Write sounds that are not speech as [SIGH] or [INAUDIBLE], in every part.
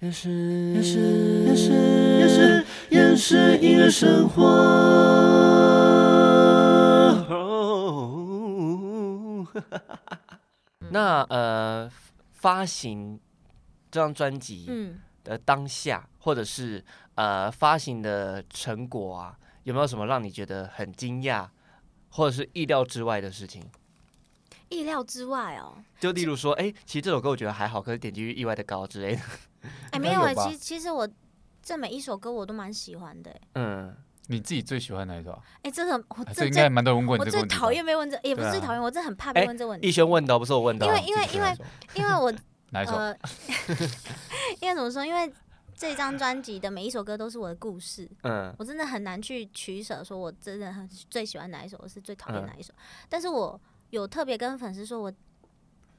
厌世，厌世，厌世，厌世，厌世音乐生活。那呃，发行这张专辑嗯，的当下，或者是呃发行的成果啊，有没有什么让你觉得很惊讶，或者是意料之外的事情？意料之外哦。就例如说，哎、其实这首歌我觉得还好，可是点击率意外的高之类的。哎，应没该有有哎，吧其实其实我这每一首歌我都蛮喜欢的哎。嗯，你自己最喜欢哪一首啊？哎，这个我啊这最应该最蛮多人问过我你这个最问题吧。讨厌被问这，也不是对啊最讨厌，我真的很怕被哎问这问逸题，轩问到，不是我问到，因为因为自己因最喜欢为 [LAUGHS] 因为我哪一首？ [LAUGHS] 呃，因为怎么说？因为这张专辑的每一首歌都是我的故事，嗯我真的很难去取舍，说我真的很最喜欢哪一首，我是最讨厌嗯哪一首。但是我有特别跟粉丝说我，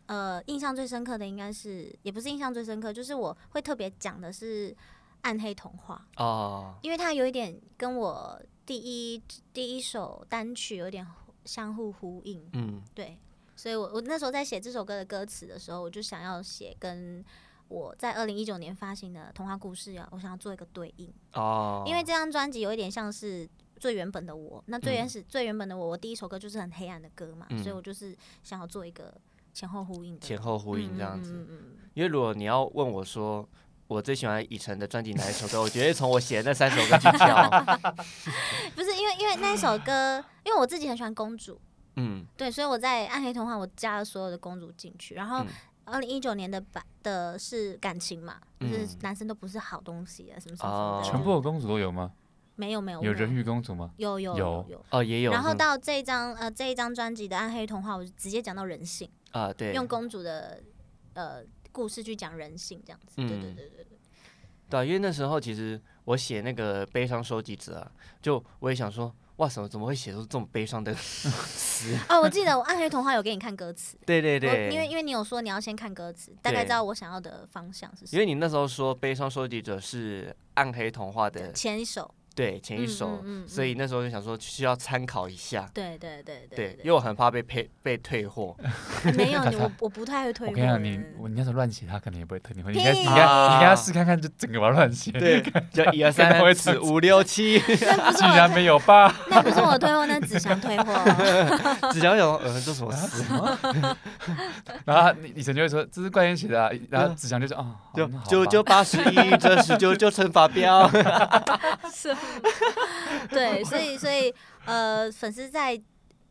呃，印象最深刻的应该是，也不是印象最深刻，就是我会特别讲的是《暗黑童话》，哦，因为它有一点跟我第一第一首单曲有点相互呼应。嗯对，所以我我那时候在写这首歌的歌词的时候，我就想要写跟我在二零一九年发行的童话故事要，我想要做一个对应，哦，因为这张专辑有一点像是最原本的我。那最原嗯始、最原本的我，我第一首歌就是很黑暗的歌嘛，所以嗯我就是想要做一个前后呼应的前后呼应这样子。嗯嗯嗯嗯因为如果你要问我说我最喜欢以晨的专辑哪一 [LAUGHS] 首歌，我觉得从我写的那三首歌去挑。嗯不是因为因为那一首 [LAUGHS] 歌，因为我自己很喜欢公主，嗯对，所以我在《暗黑童话》我加了所有的公主进去，然后嗯二零一九年的版的是感情嘛，就是嗯男生都不是好东西啊，什么什么什么的，哦全部的公主都有吗？没有没有有没人鱼公主吗？有有有有。哦也有。然后嗯到这一张呃这一张专辑的《暗黑童话》，我就直接讲到人性，啊对，用公主的呃故事去讲人性这样子。对对嗯对对对，对啊、因为那时候其实我写那个悲伤收集者啊，就我也想说，哇什么怎么会写出这么悲伤的 [LAUGHS] 词？哦，我记得我《暗黑童话》有给你看歌词，对对我对，因为因为你有说你要先看歌词，大概对知道我想要的方向是什因么。为你那时候说悲伤收集者是暗黑童话的前一首，对前一嗯首，嗯嗯所以那时候就想说需要参考一下。对对对对，因为对，我很怕被退被退货， [LAUGHS] 没有你，我我不太会推 [LAUGHS] 我荐跟你讲，人。你我你要是乱写，他可能也不会疼你。你屁应该你应该啊你跟他试看看，就整个把它乱写。，对， [LAUGHS] 就一二看到三会四唱五六 [LAUGHS] 七，那不是竟然我，没有吧？ [LAUGHS] 那不是我推货，那只想推哦货。只想想呃这什啊么事？然后他以前就会说这是怪人写的、啊，然后嗯子强就说啊，就那好吧九九八十 [LAUGHS] 一，这十九就乘法表。是吗，对，所以所以呃，粉丝在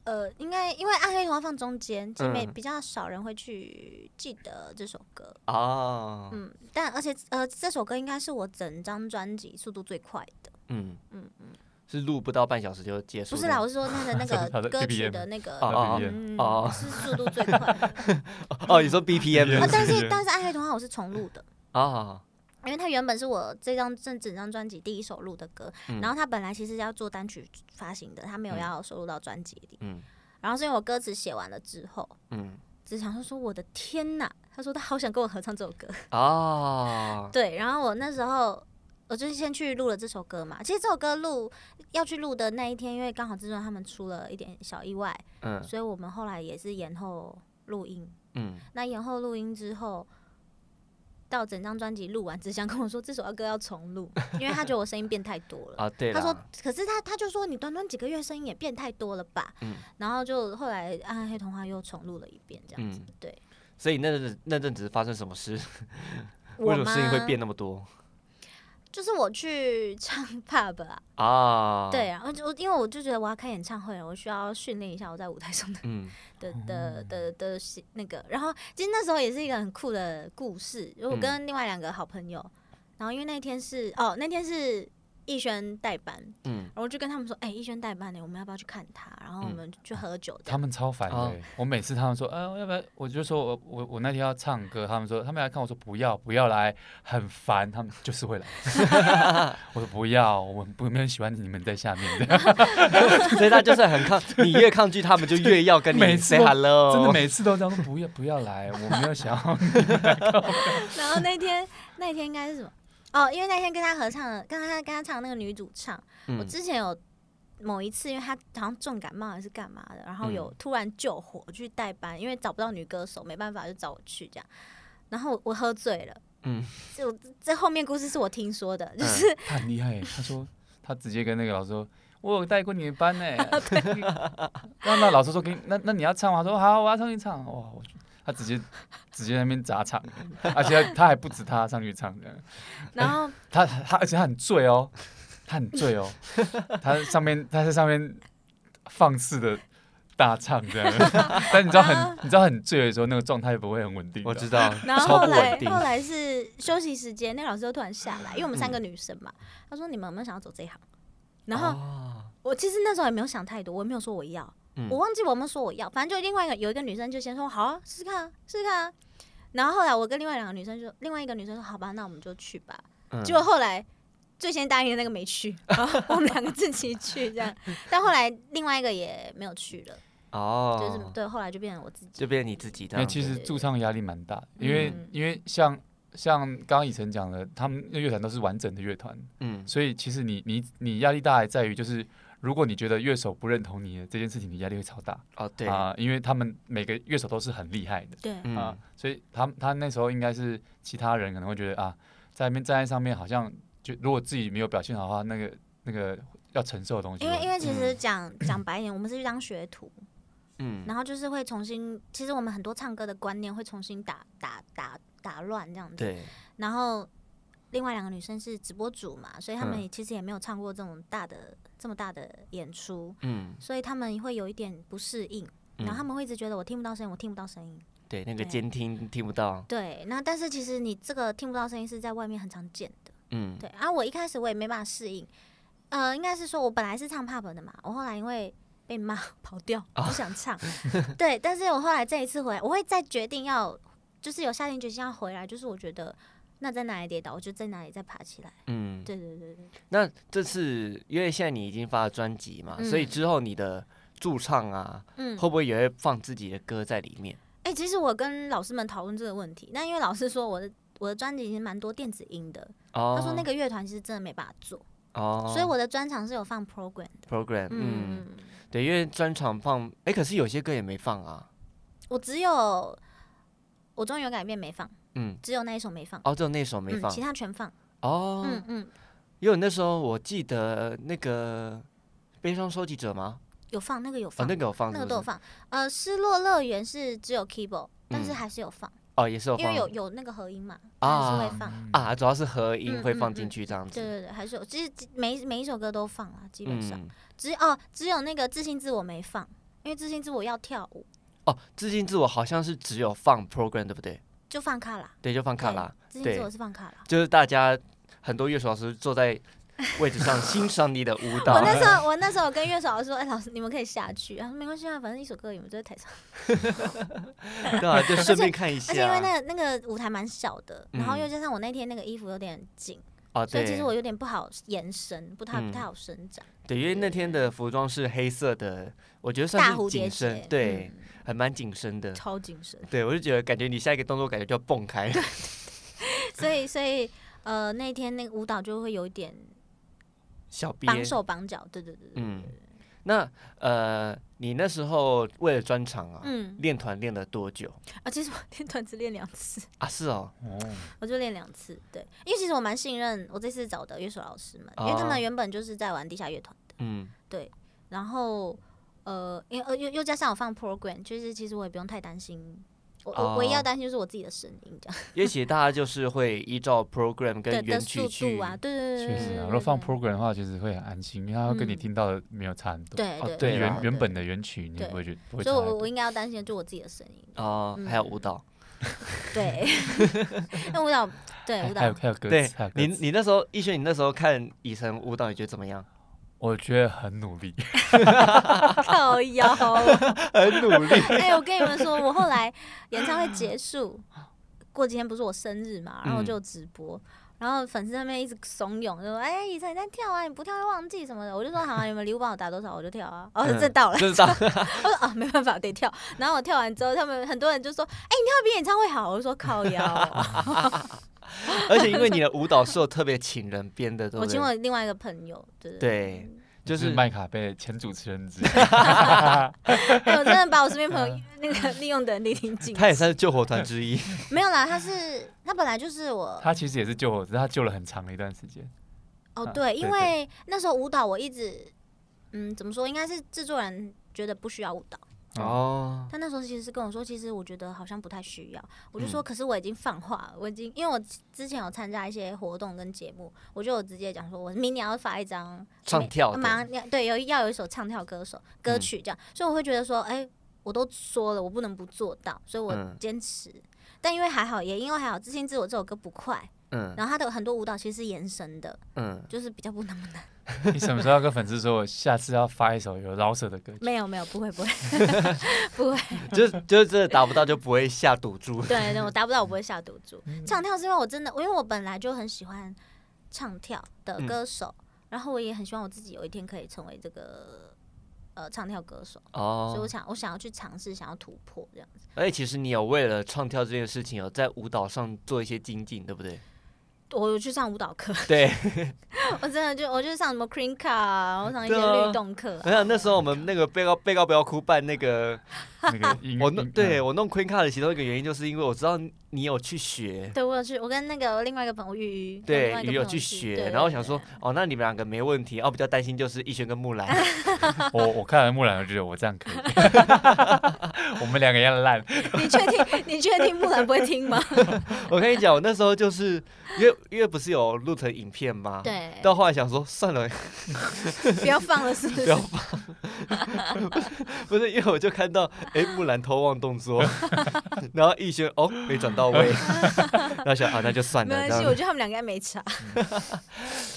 呃，应该因为《暗黑童话》放中间，就没嗯比较少人会去记得这首歌。哦，嗯，但而且呃，这首歌应该是我整张专辑速度最快的。嗯嗯嗯，是录不到半小时就结束的。不是啦，我是说 [LAUGHS] 那个那他个的歌曲 BPM 的那个哦那边嗯哦是速 [LAUGHS] 度最快的。哦，你说 [LAUGHS] BPM 啊 [LAUGHS] 啊对但对是对但是《暗黑童话》我是重录的。？哦因为它原本是我这张这整张专辑第一首录的歌，嗯然后它本来其实要做单曲发行的，它没有要收录到专辑里。嗯然后是因为我歌词写完了之后，嗯只想说说我的天呐，他说他好想跟我合唱这首歌。哦，对，然后我那时候我就是先去录了这首歌嘛。其实这首歌录要去录的那一天，因为刚好制作人他们出了一点小意外，嗯所以我们后来也是延后录音。嗯，那延后录音之后，到整张专辑录完，只想跟我说这首歌要重录，因为他觉得我声音变太多了。啊对他啦，说，可是他他就说你短短几个月声音也变太多了吧？嗯然后就后来《暗黑童话》又重录了一遍，这样子。嗯对，所以那阵那阵子发生什么事？我为什么事情会吗变那么多就是我去唱 [LAUGHS] pub 啊，啊？对，，嗯然后就因为我就觉得我要开演唱会了，我需要训练一下我在舞台上的嗯的的哦的的习那个。然后其实那时候也是一个很酷的故事，因为嗯我跟另外两个好朋友，然后因为那天是哦那天是逸轩代班， [LAUGHS] 嗯，然后我就跟他们说，哎、逸轩代班呢，我们要不要去看他？然后我嗯们去喝酒这他样。们超烦的、欸哦我每次他们说，呃，要不要？我就说我我我那天要唱歌，他们说他们来看，我说不要不要来，很烦，他们就是会来。 [LAUGHS] 我说不要，我们不没有人喜欢你们在下面的，所以他就是很抗，你越抗拒，他们就越要 [LAUGHS] 跟你每次 say 都 hello。真的每次都这样说不要不要来，我没有想要。然后那天那天应该是什么？哦，因为那天跟他合唱的，跟他跟他唱的那个女主唱，我嗯之前有某一次，因为他好像重感冒还是干嘛的，然嗯后有突然救火去代班，因为找不到女歌手，没办法就找我去这样。然后我喝醉了，嗯，这我这后面故事是我听说的，就嗯是他很厉害耶，他说他直接跟那个老师说，我有带过你的班呢。 [LAUGHS] 那那老师说给你，那那你要唱吗？他说好，啊我要上去唱。哇，我他直接直接在那边砸场，而且他他还不止他上去唱这样，然 [LAUGHS] 后他他而且他很醉哦，他很醉哦，他上面他在上面放肆的。大唱这样，但你知道很你知道很醉的时候，那个状态不会很稳定的。我知道， [LAUGHS] 然后超后不来稳定后。来是休息时间，那个老师就突然下来，因为我们三个嗯女生嘛，他说你们有没有想要走这一行？然后哦我其实那时候也没有想太多，我也没有说我要，嗯我忘记我有没有说我要，反正就另外一个有一个女生就先说好啊，试试看啊，试试看啊。然后后来我跟另外两个女生说，另外一个女生说好吧，那我们就去吧。嗯结果后来最先答应的那个没去，然后我们两个自己去这 [LAUGHS] 样，但后来另外一个也没有去了，哦，就是对，后来就变成我自己。就变成你自己这因为样。其实实驻唱压力蛮大的，因为、嗯因为像像刚刚以晨讲的，他们乐团都是完整的乐团，嗯所以其实你你你压力大还在于就是，如果你觉得乐手不认同你的这件事情，你压力会超大哦对啊、因为他们每个乐手都是很厉害的对，嗯啊、所以他他那时候应该是其他人可能会觉得啊，在那边站在上面好像就如果自己没有表现好的话，那个那个要承受的东西因会，为因为其实嗯讲讲白一点，我们是去当学徒，嗯然后就是会重新，其实我们很多唱歌的观念会重新打打打打乱这样子。对然后另外两个女生是直播主嘛，所以她们嗯也其实也没有唱过这种大的这么大的演出，嗯，所以她们会有一点不适应，然后她们会一直觉得我听不到声音，我听不到声音。对那个对监听听不到，对，那但是其实你这个听不到声音是在外面很常见的。嗯对啊，我一开始我也没办法适应，呃，应该是说我本来是唱 pub 的嘛，我后来因为被骂跑掉，不想唱，对，但是我后来这一次回来，我会再决定要，就是有下定决心要回来，就是我觉得那在哪里跌倒，我就在哪里再爬起来，嗯。对对对对，那这次因为现在你已经发了专辑嘛，所以嗯之后你的驻唱啊，嗯，会不会也会放自己的歌在里面？哎、其实我跟老师们讨论这个问题，那因为老师说我的。我的专辑已经蛮多电子音的，哦，他说那个乐团其实真的没办法做，哦，所以我的专场是有放 program 的。 program 嗯嗯，嗯对，因为专场放，哎，可是有些歌也没放啊，我只有我终于有改变没放，嗯，只有那一首没放。哦，只有那首没嗯，放其，他全放。哦，嗯嗯，因为那时候我记得那个《悲伤收集者》吗？有放那个有哦，放，那个有放是那不个是，都有放。呃，失落乐园是只有 keyboard，但是嗯还是有放，哦，也是有因放为有有那个合音嘛，还是啊会放。嗯啊，主要是合音嗯会嗯放嗯进去这样对子，对对，还是有，其实每每一首歌都放啊，基本上嗯，只哦只有那个自信自我没放，因为自信自我要跳舞，哦，致敬自我好像是只有放 program 对不对？就放卡拉，对，就放卡对拉，自信自对我是放卡拉。就是大家很多乐手老师坐在位置上欣赏你的舞 [LAUGHS] 我蹈。那 [LAUGHS] 时候，我那时候跟乐手老师说：“哎、老师，你们可以下去。”他说：“没关系啊，反正一首歌你们就在台上。对啊，就顺便看一”下。而且因为那个那个舞台蛮小的，然后啊嗯又加上我那天那个衣服有点紧，啊，所以其对实，我有点不好延伸，不太嗯不太好伸展。对，因为那天的服装是黑色的，我觉得大算是蝴蝶紧结身，，对，嗯还蛮紧身的。超紧身。对，我就觉得感觉你下一个动作感觉就要蹦开了。 [LAUGHS] 所以所以呃，那天那个舞蹈就会有一点小憋。绑手绑脚，对对对对，嗯，那呃，你那时候为了专场啊，嗯练团练了多久啊，其实我 [LAUGHS] 练团只练两次，啊？是哦，哦，我就练两次，对，因为其实我蛮信任我这次找的乐手老师们，因为他哦们原本就是在玩地下乐团，嗯然后呃，因为呃又又加上我放 program，就是其实我也不用太担心。我我唯一哦要担心就是我自己的声音这样因为其实大家就是会依照 program 跟对的原速曲去度啊，对对对对确对实对啊，对如果放对 program 的话，其实会很安心，因为它会跟你嗯听到的没有差很多。对哦对对对啊原对原对本的原曲你对不会觉不会所差以太我多我应该要担心的就是我自己的声音。哦，还有舞嗯蹈。 [LAUGHS] 对，那舞蹈，对还舞还有蹈， [LAUGHS] 还有歌对词，还有歌你，词你那时候逸轩，你那时候看以晨舞蹈，你觉得怎么样？我觉得很努力，靠腰。很努 [LAUGHS] 力。哎、我跟你们说，我后来演唱会结束，过几天不是我生日嘛，然后我嗯就有直播。然后粉丝那边一直怂恿，就说：“哎、以晨你在跳啊，你不跳会忘记什么的。”我就说：“好、啊，你们礼物帮我打多少，我就跳啊。”嗯哦，这到了，这到我说：“啊，没办法，得跳。”然后我跳完之后，他们很多人就说：“哎、你跳得比演唱会好。”我就说：“靠腰哦。 [LAUGHS] 而且因为你的舞蹈是有特别请人编的，对不我嗯对？请我另外一个朋友，对对对， [LAUGHS] 就你是麦卡贝前主持人 [LAUGHS] 之一哎，我真的把我身边朋友那个 [LAUGHS] 利用的淋漓尽致。嗯他也算是救火团之一。没有啦，他是他本来就是我他其实也是救我，只是他救了很长的一段时间。哦，啊对，对因为那时候舞蹈我一直嗯怎么说，应该是制作人觉得不需要舞蹈，哦，他那时候其实是跟我说，其实我觉得好像不太需要，我就说嗯可是我已经放话了，我已经因为我之前有参加一些活动跟节目，我就有直接讲说我明年要发一张呃唱跳的马上要对有要有一首唱跳歌手歌嗯曲这样，所以我会觉得说，哎、我都说了，我不能不做到，所以我嗯坚持。但因为还好，也因为还好，《自信自我》这首歌不快，嗯然后它的很多舞蹈其实是延伸的，嗯，就是比较不那么难。你什么时候要跟粉丝说， [LAUGHS] 我下次要发一首有饶舌的歌曲？没有没有，不会不会不会，就是就是真的达不到就不会下赌 [LAUGHS] 注。 [LAUGHS] 对对，我达不到我不会下赌注。嗯唱跳是因为我真的，因为我本来就很喜欢唱跳的嗯歌手，然后我也很希望我自己有一天可以成为这个呃唱跳歌手，所以我哦，想我想要去尝试，想要突破这样子。而且其实你有为了唱跳这件事情，有在舞蹈上做一些精进，对不 [LAUGHS] 对？我有去上舞蹈课， [LAUGHS] 对，我真的就我就上什么 c r e a n 课啊，我上一些对啊律动课啊、我想那时候我们那个被告被告不要哭办那个，[LAUGHS] 那个音，我弄音嗯对我弄 Queen Card 的其中一个原因，就是因为我知道你有去学，对我有去，我跟那个另外一个朋友玉玉，我另对，外一个也有朋友去是学，对然后我对想对说，哦，那你们两个没问题，哦，比较担心就是逸轩跟 [LAUGHS] 木兰，我我看完木兰，我觉得我这样 [LAUGHS] 可以。 [LAUGHS] 我们两个一样烂，你确定你确定木兰不会 [LAUGHS] 听吗？我跟你讲，我那时候就是因为因为不是有录成影片吗？。对，到后来想说算了，不要放了，是不不是要？放， [LAUGHS] 不是因为我就看到哎、木兰偷望动作， [LAUGHS] 然后逸轩哦没转到位， [LAUGHS] 然后想啊那就算没了。关这系，我样觉得他们两个应该没差。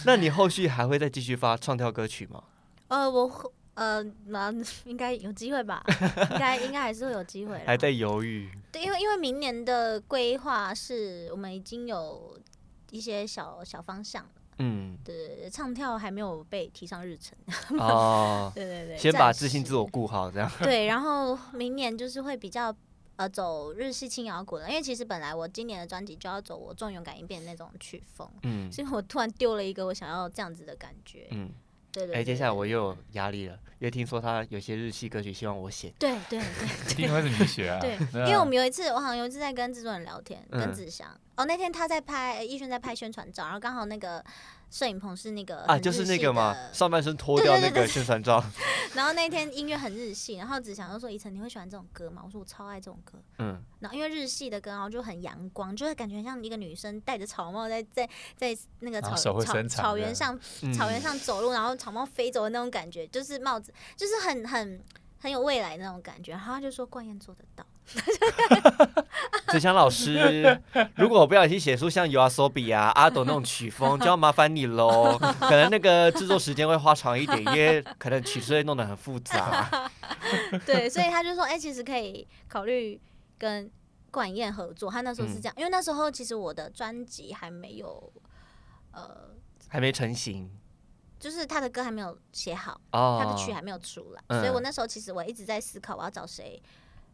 那你后续还会再继续发创跳歌曲吗？呃，我会呃，那应该有机会吧？应该应该还是会有机会啦。还在犹豫？对，因为因为明年的规划是我们已经有一些小小方向了，嗯对，唱跳还没有被提上日程。 [LAUGHS] 哦，对对对，先暂把自信时自我。顾好，这样。对，然后明年就是会比较。呃，走日系轻摇滚了，因为其实本来我今年的专辑就要走我重勇敢一变那种曲风，嗯所以我突然丢了一个我想要这样子的感觉。嗯。对对哎、对接下来我又有压力了，因为听说他有些日系歌曲希望我写。对对 [LAUGHS] 对，一定会是你学啊。对，啊因为我们有一次，我好像有一次在跟制作人聊天，跟嗯子祥。哦，那天他在拍逸轩在拍宣传照，然后刚好那个摄影棚是那个啊，很就是哦日那系个嘛的，上半身脱对掉对那对个宣传照。然后那天音乐很日系，然后子祥就说：“怡晨，你会喜欢这种歌吗？”我说：“我超爱这种歌。嗯，”然后因为日系的歌，然后就很阳光，就会感觉像一个女生戴着草帽在在在那个然草后手会草伸长草这原样上嗯草原。上走路，然后草帽飞走的那种感觉，就是帽子，就是很很很有未来那种感觉。然后他就说：“冠燕做得到。”子祥老师，如果我不小心写出像 U R S O B 啊、阿斗那种曲风，就要麻烦你喽。可能那个制作时间会花长一点，因为可能曲式会弄得很复杂。 [LAUGHS] 对，所以他就说，哎、其实可以考虑跟管燕合作。他那时候是嗯这样，因为那时候其实我的专辑还没有，呃，还没成型就是他的歌还没有写好，哦。他啊的曲还没有出来，嗯所以我那时候其实我一直在思考我要找谁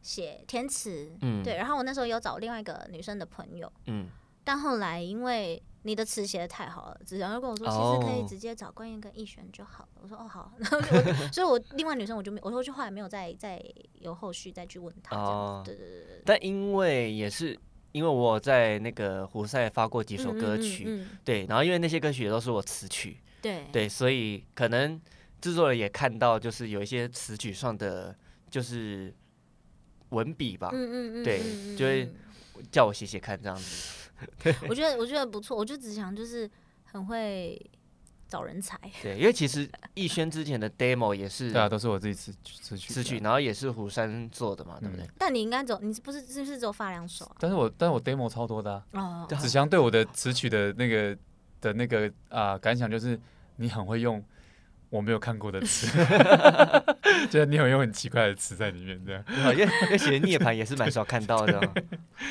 写填词。嗯对，然后我那时候有找另外一个女生的朋友，嗯但后来因为你的词写的太好了，子然就跟我说，哦其实可以直接找关燕跟逸璇就好了。我说哦好， [LAUGHS] 然后就我，所以我另外女生我就没，我说就后来没有再再有后续再去问她这样子。哦对对对对对，但因为也是因为我在那个胡赛发过几首歌曲，嗯嗯嗯哎嗯对，然后因为那些歌曲也都是我词曲，对对，所以可能制作人也看到，就是有一些词曲上的就是文笔吧，嗯嗯嗯，对嗯嗯就会嗯叫我写写看这样子。 [LAUGHS] 我觉得我觉得不错，我就只想就是很会找人才， [LAUGHS] 对，因为其实逸轩之前的 demo 也是对啊，都是我自己词词曲的词曲，。然后也是虎山做的嘛，对不对？但你应该走，你不是是不是只有发两首啊？但是我但是我 demo 超多的啊。哦，对啊子祥对我的词曲的那个的那个啊、感想就是，你很会用我没有看过的 [LAUGHS] 词，就是你有用很奇怪的词在里面，这样 [LAUGHS] 对啊因为因为其实涅槃也是蛮少看到的 [LAUGHS] 啊，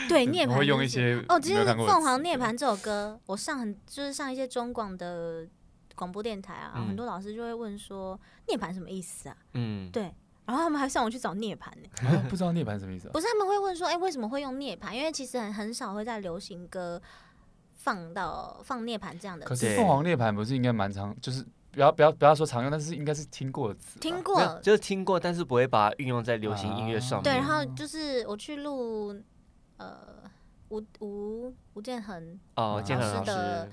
对哎涅我槃会用一就是些哦，没其有实看《过的凤词凰涅槃》这首歌，我上很就是上一些中广的广播电台啊，嗯很多老师就会问说涅槃什么意思啊？嗯，对，然后他们还上我去找涅槃呢、啊不知道涅槃什么意 [LAUGHS] 思、啊不。是他们会问说，哎、为什么会用涅槃？因为其实很很少会在流行歌放到放涅槃这样的可词。是对凤凰涅槃不是应该蛮常，就是不要不要不要说常用，但是应该是听过的词吧。听没有过，就是听过，但是不会把它运用在流行音乐上面。啊对，然后就是我去录呃吴吴吴建衡哦，建恒老老师的师，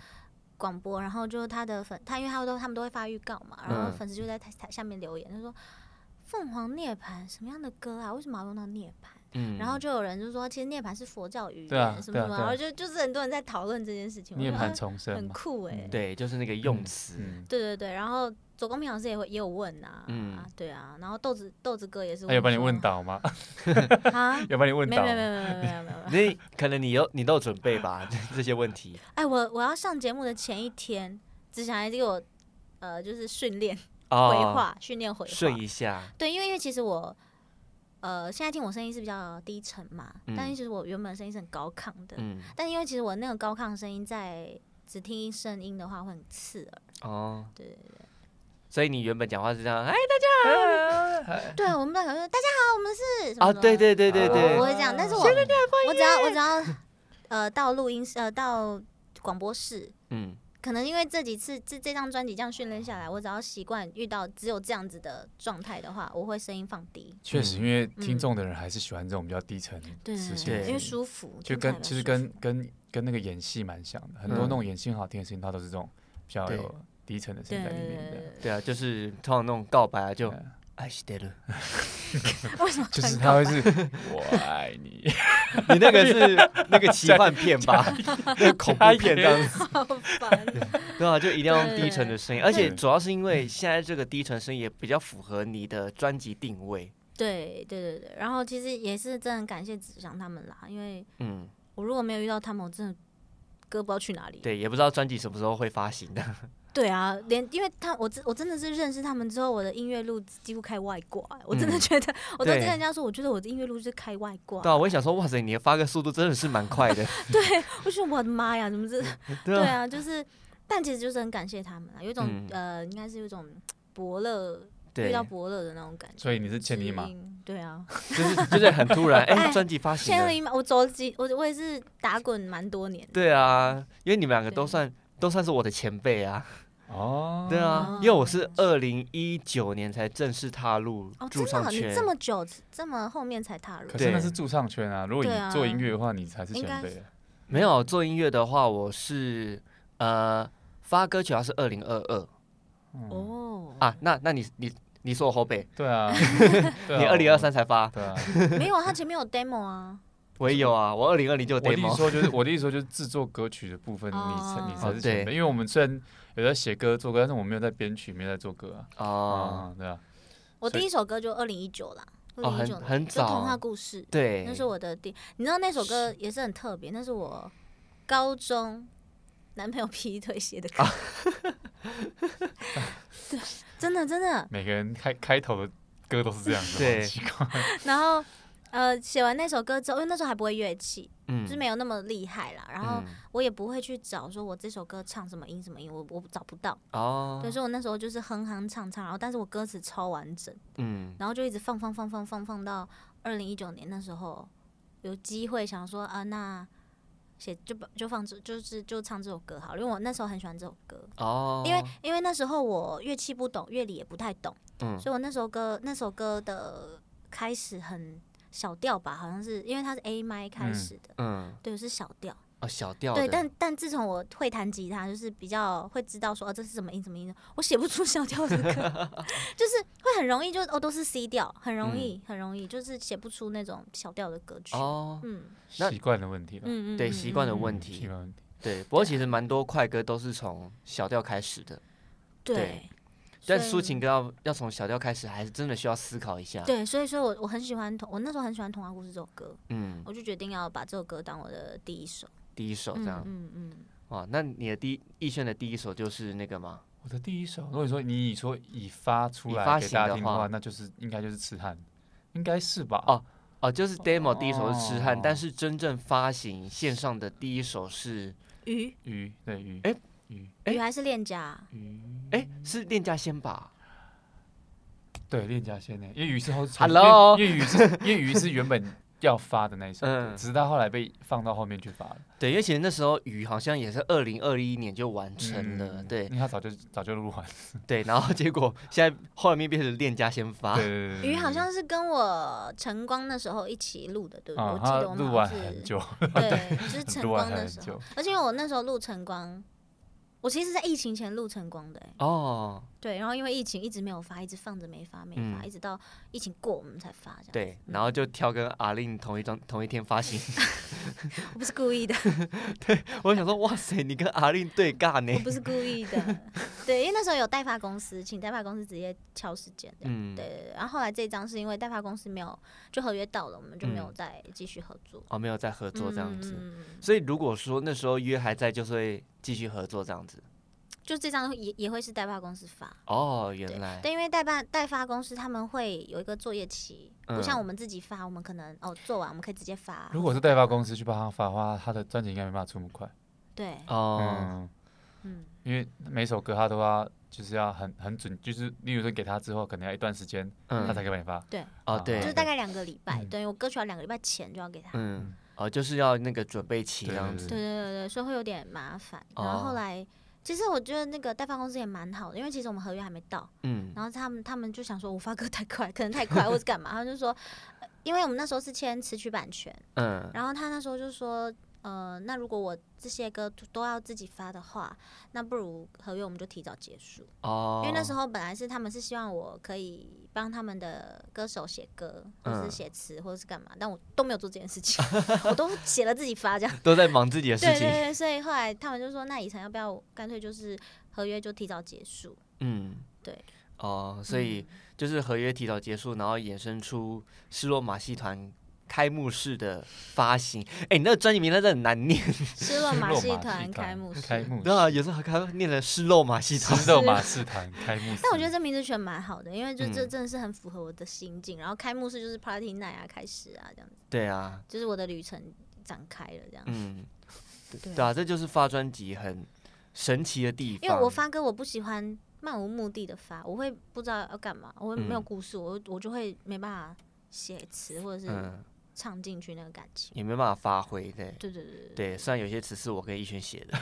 广播，然后就他的粉，他因为他都他们都会发预告嘛，然后嗯粉丝就在台台下面留言，他说。凤凰涅槃什么样的歌啊？为什么要用到涅槃？嗯，然后就有人就说，其实涅槃是佛教语言，对啊什么对啊什么，对然啊后就就是很多人在讨论这件事情，我觉涅得槃啊重生很嘛，酷哎、嗯对，就是那个用词，嗯，对对对，然后左公平老师也会也有问啊，嗯对啊，然后豆子豆子哥也是他哎有把你说问倒吗？，啊有把你 [LAUGHS] 问没倒有没吗？有没有没有没有没有 [LAUGHS] 嗯没有，那可能你有你都有准备吧？ [LAUGHS] 这些问题，哎，我我要上节目的前一天，只想来给我呃就是训练回哦，话，训练回顺话，一下，对，因为因为其实我。呃，现在听我声音是比较低沉嘛，但嗯是其实我原本声音是很高亢的，嗯，但因为其实我那个高亢声音在只听声音的话会很刺耳，哦，对对对。所以你原本讲话是这样，哎对，我们在想说大家好，我们是什么哦啊，什么对对对对对我，会这样但是我我只要我只要呃到录音室呃到广播室，嗯，可能因为这几次这这张专辑这样训练下来，我只要习惯遇到只有这样子的状态的话，我会声音放低，确实，因为听嗯众的人还是喜欢这种比较低沉对磁性的声音，因为舒服，就听起来跟比较其实舒跟服跟跟那个演戏蛮像的，很多嗯那种演戏很好听的声音，它都是这种比较对有低沉的声对音在对里面对的。对啊，就是通常那种告白啊，就嗯爱してる，对对，为什么 [LAUGHS] [LAUGHS] [LAUGHS] 就是很他高会是 [LAUGHS] 我爱你， [LAUGHS] 你那个 [LAUGHS] 是那个奇幻片吧？ [LAUGHS] 那个恐怖片这样子，好烦？ [LAUGHS] [LAUGHS] 对啊，就一定要用对低沉的声音，而且对主要是因为现在这个低沉声音也比较符合你的专辑定位，对对对对，然后其实也是真的很感谢子祥他们啦，因为嗯，我如果没有遇到他们，我真的歌不知道去哪里。对，也不知道专辑什么时候会发行的，对啊，连因为他我真我真的是认识他们之后，我的音乐路几乎开外挂、我真的嗯觉得，我都对跟人家说，我觉得我的音乐路是开外 [LAUGHS] 挂。对啊，我也想说，哇塞，你的发歌速度真的是蛮快 [LAUGHS] 的，对，我觉得我的妈呀，怎么 [LAUGHS] 这？ [LAUGHS] 对对啊，啊，就是，但其实就是很感谢他们啊，有一种、嗯呃，应该是有一种伯乐遇对到，伯乐的那种感觉。所以你是倩知妮吗？音对啊，就是就是很突然，哎， [LAUGHS] 哎专辑发行千了，里马，我走了几，我我也是打滚蛮多年。对啊，因为你们两个都对算都算是我的前辈啊，哦，对啊，因为我是二零一九年才正式踏入哦，真驻的啊、唱你圈这，么久，这么后面才踏入可，是那对是驻唱圈啊，如果对你啊做音乐的话，你才是应该前辈是啊。没有做音乐的话，我是呃发歌主要是二零二二嗯，哦，啊，那那你你你说我后辈，[LAUGHS] 对啊，对啊你二零二，三才发我，对啊。没有，他前面有 demo 啊，我也有啊，我二零二零就有我的意思 demo，说就是我的意思说就是制作歌曲的部分，你才哦你才哦是前辈，对因为我们虽然有在写歌做歌，但是我们没有在编曲，没有在做歌啊。哦，啊，对啊，我所以第一首歌就二零一九啦，二哦零很一九很就童话早故事，对，那是我的第，你知道那首歌也是很特别，那是我高中男朋友劈腿写的歌， [LAUGHS] 对，真的真的。每个人开开头的歌都是这样的，对很奇怪。然后呃，写完那首歌之后，因为那时候还不会乐器，嗯就是没有那么厉害啦，然后嗯我也不会去找说我这首歌唱什么音什么音，我我找不到，哦所以，说我那时候就是哼哼唱唱，然后但是我歌词超完整。嗯，然后就一直放放放放放放到二零一九年那时候，有机会想说啊，那写就把就放这就是就唱这首歌好了，因为我那时候很喜欢这首歌，哦，因为因为那时候我乐器不懂，乐理也不太懂，嗯所以我那首歌那首歌的开始很小调吧，好像是因为它是 A 麦开嗯始的，嗯对，是小调。哦小调对，的但但自从我会弹吉他，就是比较会知道说哦这是什么音什么音，我写不出小调的歌， [LAUGHS] 就是会很容易就哦都是 C 调，很容易、很容易就是写不出那种小调的歌嗯曲。哦，嗯那习惯的问题吧。嗯嗯，对嗯习惯的嗯问嗯题习惯问题。对，不过啊其实蛮多快歌都是从小调开始的，对。但所抒以情歌啊要要从小调开始，还是真的需要思考一下。对，所以说我我很喜欢童，我那时候很喜欢《童话故事》这首歌，嗯，我就决定要把这首歌当我的第一首。第一首这嗯样嗯嗯，哇，那你的第一逸轩的第一首就是那个吗？我的第一首，如果说你说已发出已来发给行大家的听的话，话那就是应该就是痴汉，应该是吧？哦哦，就是 demo 第一首是痴汉，哦但是真正发行线上的第一首是鱼鱼对鱼，哎鱼哎鱼还是恋家，鱼，哎、是恋家先吧？对恋家仙呢，因为鱼是后 Hello 因为因为鱼是因为鱼是原本要发的那一首歌，嗯直到后来被放到后面去发了，对，因为其实那时候雨好像也是二零二一年就完成了，嗯对因为他早就早就录完，对，然后结果现在后面变成链家先发，对对对对，鱼好像是跟我晨光那时候一起录的，对不对？啊我，记他得我们录好完像是很久，对，就是晨录完光的很时候久，，而且因为我那时候录晨光，我其实在疫情前录晨光的、欸，哦，对，然后因为疫情一直没有发，一直放着没发没发，嗯一直到疫情过我们才发这样。对，然后就挑跟阿令同一张同一天发行， [LAUGHS] 我不是故意的，我想说哇塞，你跟阿令对尬我呢，不是故意的，对，因为那时候有代发公司，请代发公司直接敲时间这样。嗯，对对对，然后后来这一张是因为代发公司没有，就合约到了，我们就没有再继续合作。哦，没有再合作这样子，嗯嗯嗯嗯所以如果说那时候约还在，就是会继续合作这样子。就这张也也会是代发公司发，哦，原来，但因为代办代发公司他们会有一个作业期，不嗯像我们自己发，我们可能哦做完我们可以直接发。如果是代发公司去帮他发的话，他的专辑应该没办法出那么快，对，哦，嗯，嗯，因为每首歌他都要就是要很很准，就是例如说给他之后，可能要一段时间，嗯，他才可啊以帮你发，对，哦，就对是，大概两个礼拜，嗯对我歌曲要两个礼拜前就要给他。嗯，哦，就是要那个准备期对这样子，对对对对，所以会有点麻烦。哦然后后来，其实我觉得那个代发公司也蛮好的，因为其实我们合约还没到，嗯，然后他们他们就想说我发歌太快，可能太快或是干嘛，他们就说，呃因为我们那时候是签词曲版权，嗯，然后他那时候就说，呃，那如果我这些歌都都要自己发的话，那不如合约我们就提早结束，哦，因为那时候，候本来是他们是希望我可以帮他们的歌手写歌，或是嗯写词，或者是干嘛，但我都没有做这件事情， [LAUGHS] 我都写了自己发这样。都在忙自己的事对对情，对，所以后来他们就说，那以晨要不要干脆就是合约就提早结束？嗯，对，嗯哦，所以就是合约提早结束，然后衍生出失落马戏团开幕式的发行。哎，你那个专辑名真的很难念，嗯 [LAUGHS] 失落马马戏团团开幕式。开幕对啊， [LAUGHS] 式，有时候还看念了失落马戏团，知道马戏团开幕式，但我觉得这名字取得蛮好的，因为就这嗯真的是很符合我的心境。然后开幕式就是 party night 啊，开始啊这样子。对啊，就是我的旅程展开了这样。嗯，对对啊，这就是发专辑很神奇的地因方。为我发歌我不喜欢漫无目的的发，我会不知道要干嘛，我会没有嗯故事，我我就会没办法写词或者是嗯，唱进去那个感情。也没办法发挥，对对对对对对，虽然有些词是我跟逸轩写的，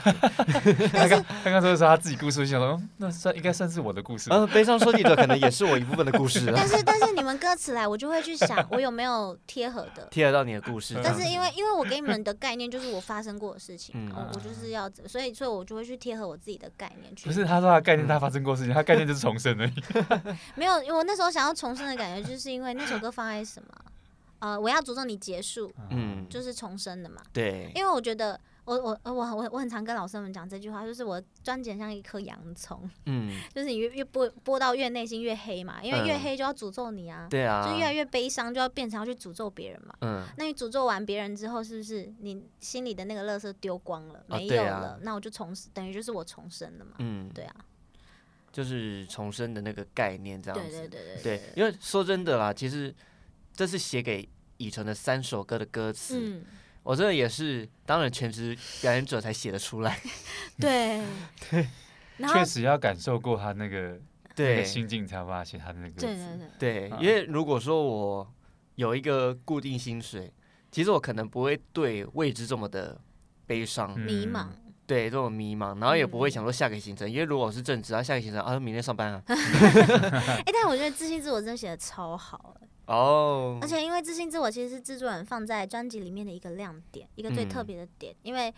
刚刚刚刚说的是他自己故事，我想说嗯那算应该算是我的故事 [LAUGHS] 吧，嗯，悲伤说记者可能也是我一部分的故事啊 [LAUGHS] 但，是但是你们歌词来，我就会去想我有没有贴合的。贴得到你的故事这样但子。是因为因为我给你们的概念就是我发生过的事情嘛，嗯我我就是要怎，所以所以我就会去贴合我自己的概念去。不是他说他概念他发生过事情，他概念就是重生而已。没有，因为我那时候想要重生的感觉，就是因为那首歌放在什么，呃，我要诅咒你结束，嗯，就是重生的嘛。对，因为我觉得我我呃我很我我很常跟老师们讲这句话，就是我专辑很像一颗洋葱， [LAUGHS] 嗯，就是你越越播播到越内心越黑嘛，因为越嗯黑就要诅咒你啊，对啊，就越来越悲伤，就要变成要去诅咒别人嘛。嗯，那你诅咒完别人之后，是不是你心里的那个垃圾丢光了，哦没对有啊了？那我就重生，等于就是我重生了嘛。嗯，对啊，就是重生的那个概念这样对子。对对对对因为说真的啦，其实这是写给以纯的三首歌的歌词，嗯，我真的也是当了全职表演者才写得出来。对然后确实要感受过他那个嗯那对个心境，才发现他的那个对词对对，对啊，因为如果说我有一个固定薪水，其实我可能不会对未知这么的悲伤，嗯迷茫。对这种迷茫，然后也不会嗯想说下个行程，因为如果我是正职，啊下个行程啊明天上班啊，哎、但我觉得自信自我真的写的超好，哦而，且因为自信自我其实是制作人放在专辑里面的一个亮点，一个最嗯特别的点，因为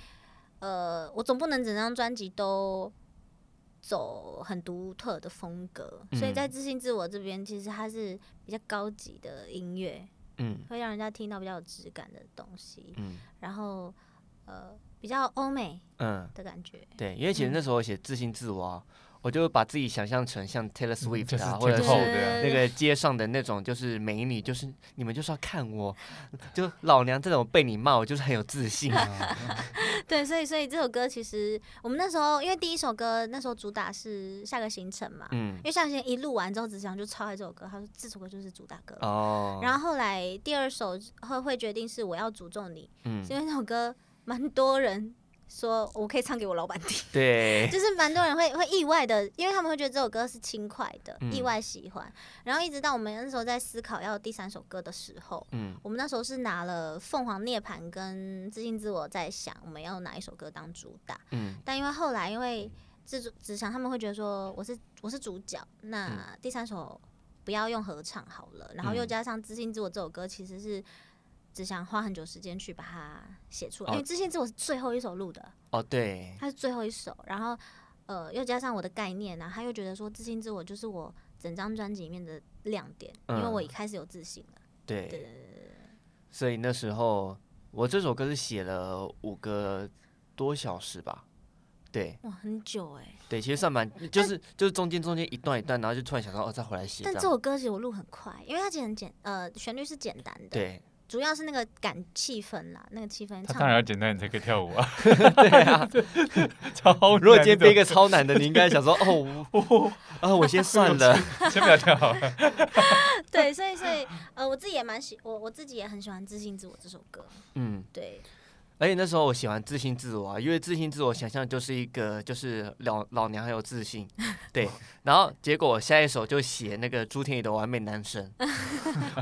呃，我总不能整张专辑都走很独特的风格，所以在嗯自信自我这边，其实它是比较高级的音乐，嗯会让人家听到比较有质感的东西，嗯然后呃，比较欧美嗯。的 [LAUGHS] 感觉。对，因为嗯其实那时候我写自信自我、啊，我就把自己想象成像 Taylor 嗯就 Swift 是啊，挺或者厚是的。那个街上的那种就是美女，就是你们就是要看我，就老娘这种被你骂，我就是很有自 [LAUGHS] 信啊。对，所以所以这首歌其实我们那时候因为第一首歌那时候主打是下个行程嘛，嗯因，为上弦一录完之后，子祥就超爱这首歌，他说这首歌就是主打歌。哦，然后后来第二首会会决定是我要诅咒你，嗯是因为那首歌蛮多人说我可以唱给我老板听，对，就是蛮多人会会意外的，因为他们会觉得这首歌是轻快的，嗯意外喜欢。然后一直到我们那时候在思考要第三首歌的时候，嗯我们那时候是拿了《凤凰涅槃》跟《自信自我》在想我们要哪一首歌当主打，嗯但因为后来因为制作只想他们会觉得说我是我是主角，那第三首不要用合唱好了，然后又嗯加上《自信自我》这首歌其实是。只想花很久时间去把它写出来，哦因为《自信自我》是最后一首录的，哦对，它是最后一首，然后呃，又加上我的概念然后他又觉得说自信自我就是我整张专辑里面的亮点，因为嗯我一开始有自信了，对对，对对对所以那时候我这首歌是写了五个多小时吧，对对，哇，很久哎、对，其实算蛮，就是就是中间中间一段一段，然后就突然想到哦，再回来写这但这样，首歌其实我录很快，因为它其实很简，呃，旋律是简单的，，对主要是那个感气氛啦，那个气氛他唱当然要简单，你才可以跳舞 [LAUGHS] 啊。 [LAUGHS] 对啊。超 [LAUGHS] 难的如果今天编一个超难的，你应该想说哦， [LAUGHS] 我啊我先算了，先不要跳 [LAUGHS] 好了。对，所以所 [LAUGHS] 以呃，我自己也蛮喜，我我自己也很喜欢《自信自我》这首歌，嗯。 [LAUGHS] 对，而且那时候我喜欢自信自我啊，因为自信自我想象就是一个就是老老娘很有自信，对。然后结果我下一首就写那个朱天宇的完美男 [LAUGHS] 神，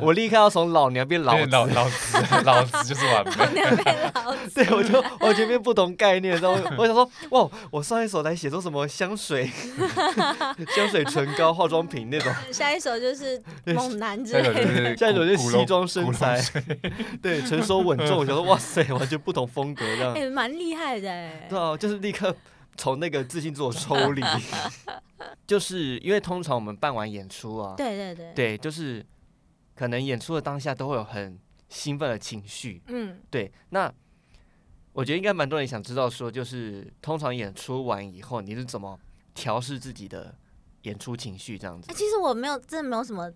我立刻要从老娘变老因为子，老老子，老子就是完美。两位老子，对我 [LAUGHS] 就完全变不同概念，然后我我想说，哇，我上一首来写出什么香水、 [LAUGHS] 香水、唇膏、化妆品那种，下一首就是猛男之 [LAUGHS] 下一首下一首就是类的，就是古龙西装身古龙材，对，成熟稳 [LAUGHS] 重，我想说，哇塞，完全不同风格这样哎、，蛮厉害的哎、对啊，就是立刻从那个自信自我抽 [LAUGHS] 离，就是因为通常我们办完演出啊，对对对，对，就是可能演出的当下都会有很兴奋的情绪，嗯，对，那我觉得应该蛮多人想知道说，就是通常演出完以后，你是怎么调试自己的演出情绪这样哎、子？其实我没有，真的没有什么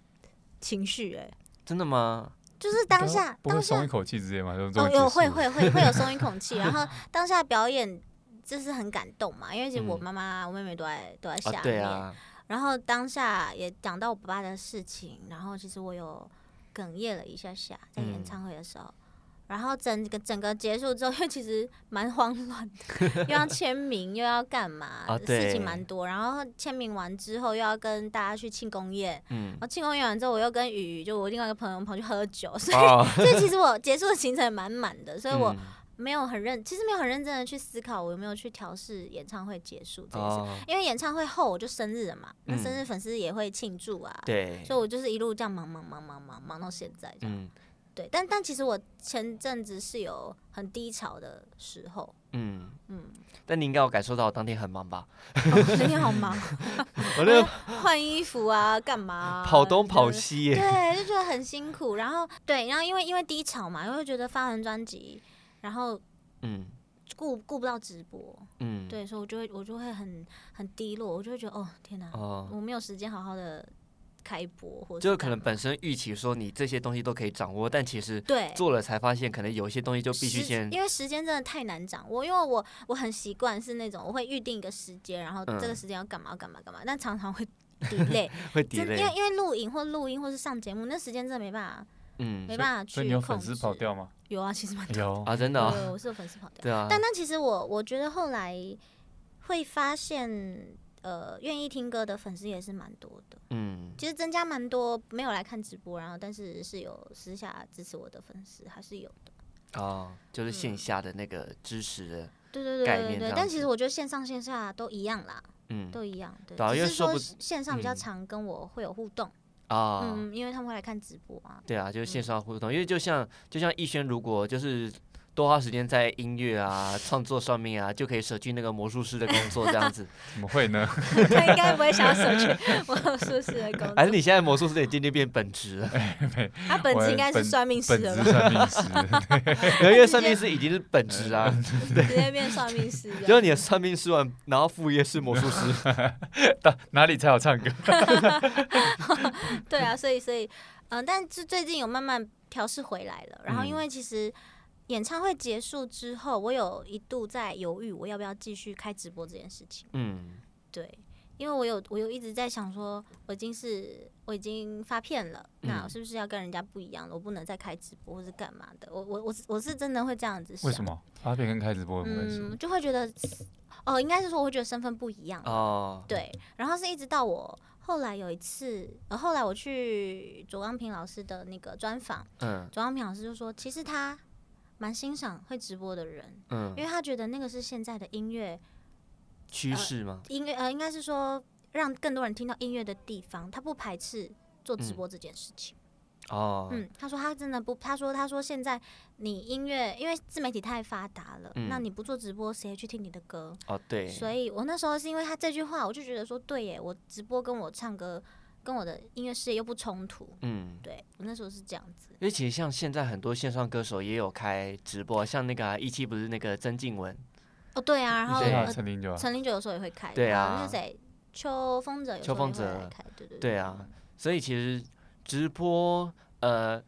情绪哎、真的吗？就是当下不会当松下一口气之类嘛？就终哦于结有束会了会会会有松一口 [LAUGHS] 气，然后当下表演就是很感动嘛，因为其实我嗯妈妈、我妹妹都在都在下啊，面，对啊，然后当下也讲到我爸爸的事情，然后其实我有哽咽了一下下，在演嗯唱会的时候。然后整个整个结束之后， [LAUGHS] 因为其实蛮慌乱的，又要签名，又要 [LAUGHS] 干嘛，啊事对情蛮多。然后签名完之后，又要跟大家去庆功宴，嗯 [LAUGHS] 然，后庆功宴完之后，我又跟雨雨，就我另外一个朋友，我们跑去喝酒，所以、哦，所以其 [LAUGHS] 实我结束的行程也蛮满的，所以我嗯没有很认，其实没有很认真的去思考我有没有去调试演唱会结束这件事，哦，因为演唱会后我就生日了嘛，那嗯生日粉丝也会庆祝啊，对，所以我就是一路这样忙忙忙忙忙忙到现在这样，嗯对，但但其实我前阵子是有很低潮的时 [LAUGHS] 候，嗯。嗯，但你应该有感受到我当天很忙 [LAUGHS] 吧？哦那天好忙，我那个换衣服啊，干嘛啊、跑东跑西。西耶，对，就觉得很辛苦。然后对，然后因为因为低潮嘛，因为觉得发完专辑，然后嗯顾顾不到直播，嗯，，对，所以我就会我就会很很低落，我就会觉得哦天哪，哦，我没有时间好好的开播，或者就可能本身预期说你这些东西都可以掌握，但其实对。做了才发现，可能有一些东西就必须时先，因为时间真的太难掌握，因为我我很习惯是那种我会预定一个时间，然后这个嗯时间要干嘛要干嘛干嘛，但常常会 [LAUGHS] delay， [LAUGHS] 会真 delay 因为因为录影或录音或是上节目，那时间真的没办法没嗯办法去所以你有控粉丝跑制掉吗？有啊，其实蛮有，啊，真的有哦，有我是有粉丝跑 [LAUGHS] 掉。对嗯啊，但但其实我我觉得后来会发现，呃，愿意听歌的粉丝也是蛮多的。嗯，其实增加蛮多没有来看直播，然后但是是有私下支持我的粉丝还是有的。哦，就是线嗯下的那个支持的，对对对概对念这对对样。但其子实我觉得线上线下都一样啦，嗯都一样。对，对啊因只为是说说不线上比较嗯常跟我会有互动，啊，嗯，因为他们会来看直播啊。 [LAUGHS] 对啊，就是线上互动，因为就像就像逸轩，如果就是多花时间在音乐 [LAUGHS] 啊、创作上面啊，就可以舍去那个魔术师的工作这样 [LAUGHS] 子。怎么会呢？他应该不会想要舍去我舒适的工还是作，你现在魔术师也渐渐变本职了， [LAUGHS] 他本我质应该是本算命师本了质吧？算命师， [LAUGHS] 因为算命师已经是本职 [LAUGHS] 啊，直接变算命师这 [LAUGHS] 样。就是你的算命师完，然后副业是魔术 [LAUGHS] 师。到哪里才有唱歌？对啊，所以所以，嗯、但是最近有慢慢调试回来了。然后因嗯为其实演唱会结束之后，我有一度在犹豫我要不要继续开直播这件事情。嗯，对，因为我有我有一直在想说，我已经是我已经发片了，那我是不是要跟人家不一样了？我不能再开直播或是干嘛的？我我我是我是真的会这样子想，为什？么发片跟开直播有关系？嗯，就会觉得哦，应该是说我会觉得身份不一样了哦，对，然后是一直到我后来有一次，呃，后来我去左光平老师的那个专访，嗯左光平老师就说，其实他蛮欣赏会直播的人，因嗯，为他觉得那个是现在的音乐，趋势吗？音乐呃，应该是说让更多人听到音乐的地方，他不排斥做直播这件事情。嗯哦，嗯，他说他真的不，他说他说现在你音乐因为自媒体太发达了，那嗯你不做直播，谁去听你的歌？哦对，所以我那时候是因为他这句话，我就觉得说，对耶，我直播跟我唱歌跟我的音乐事业又不冲突。嗯。对我那时候是这样子，因为其实像现在很多线上歌手也有开直播，像那个啊一期不是那个曾静雯，哦，对啊，然后对啊，呃陈林就啊陈零九有时候也会开，对啊然后那个谁，秋风者有时秋候风也会者来开，对对对啊，所以其实直播，呃，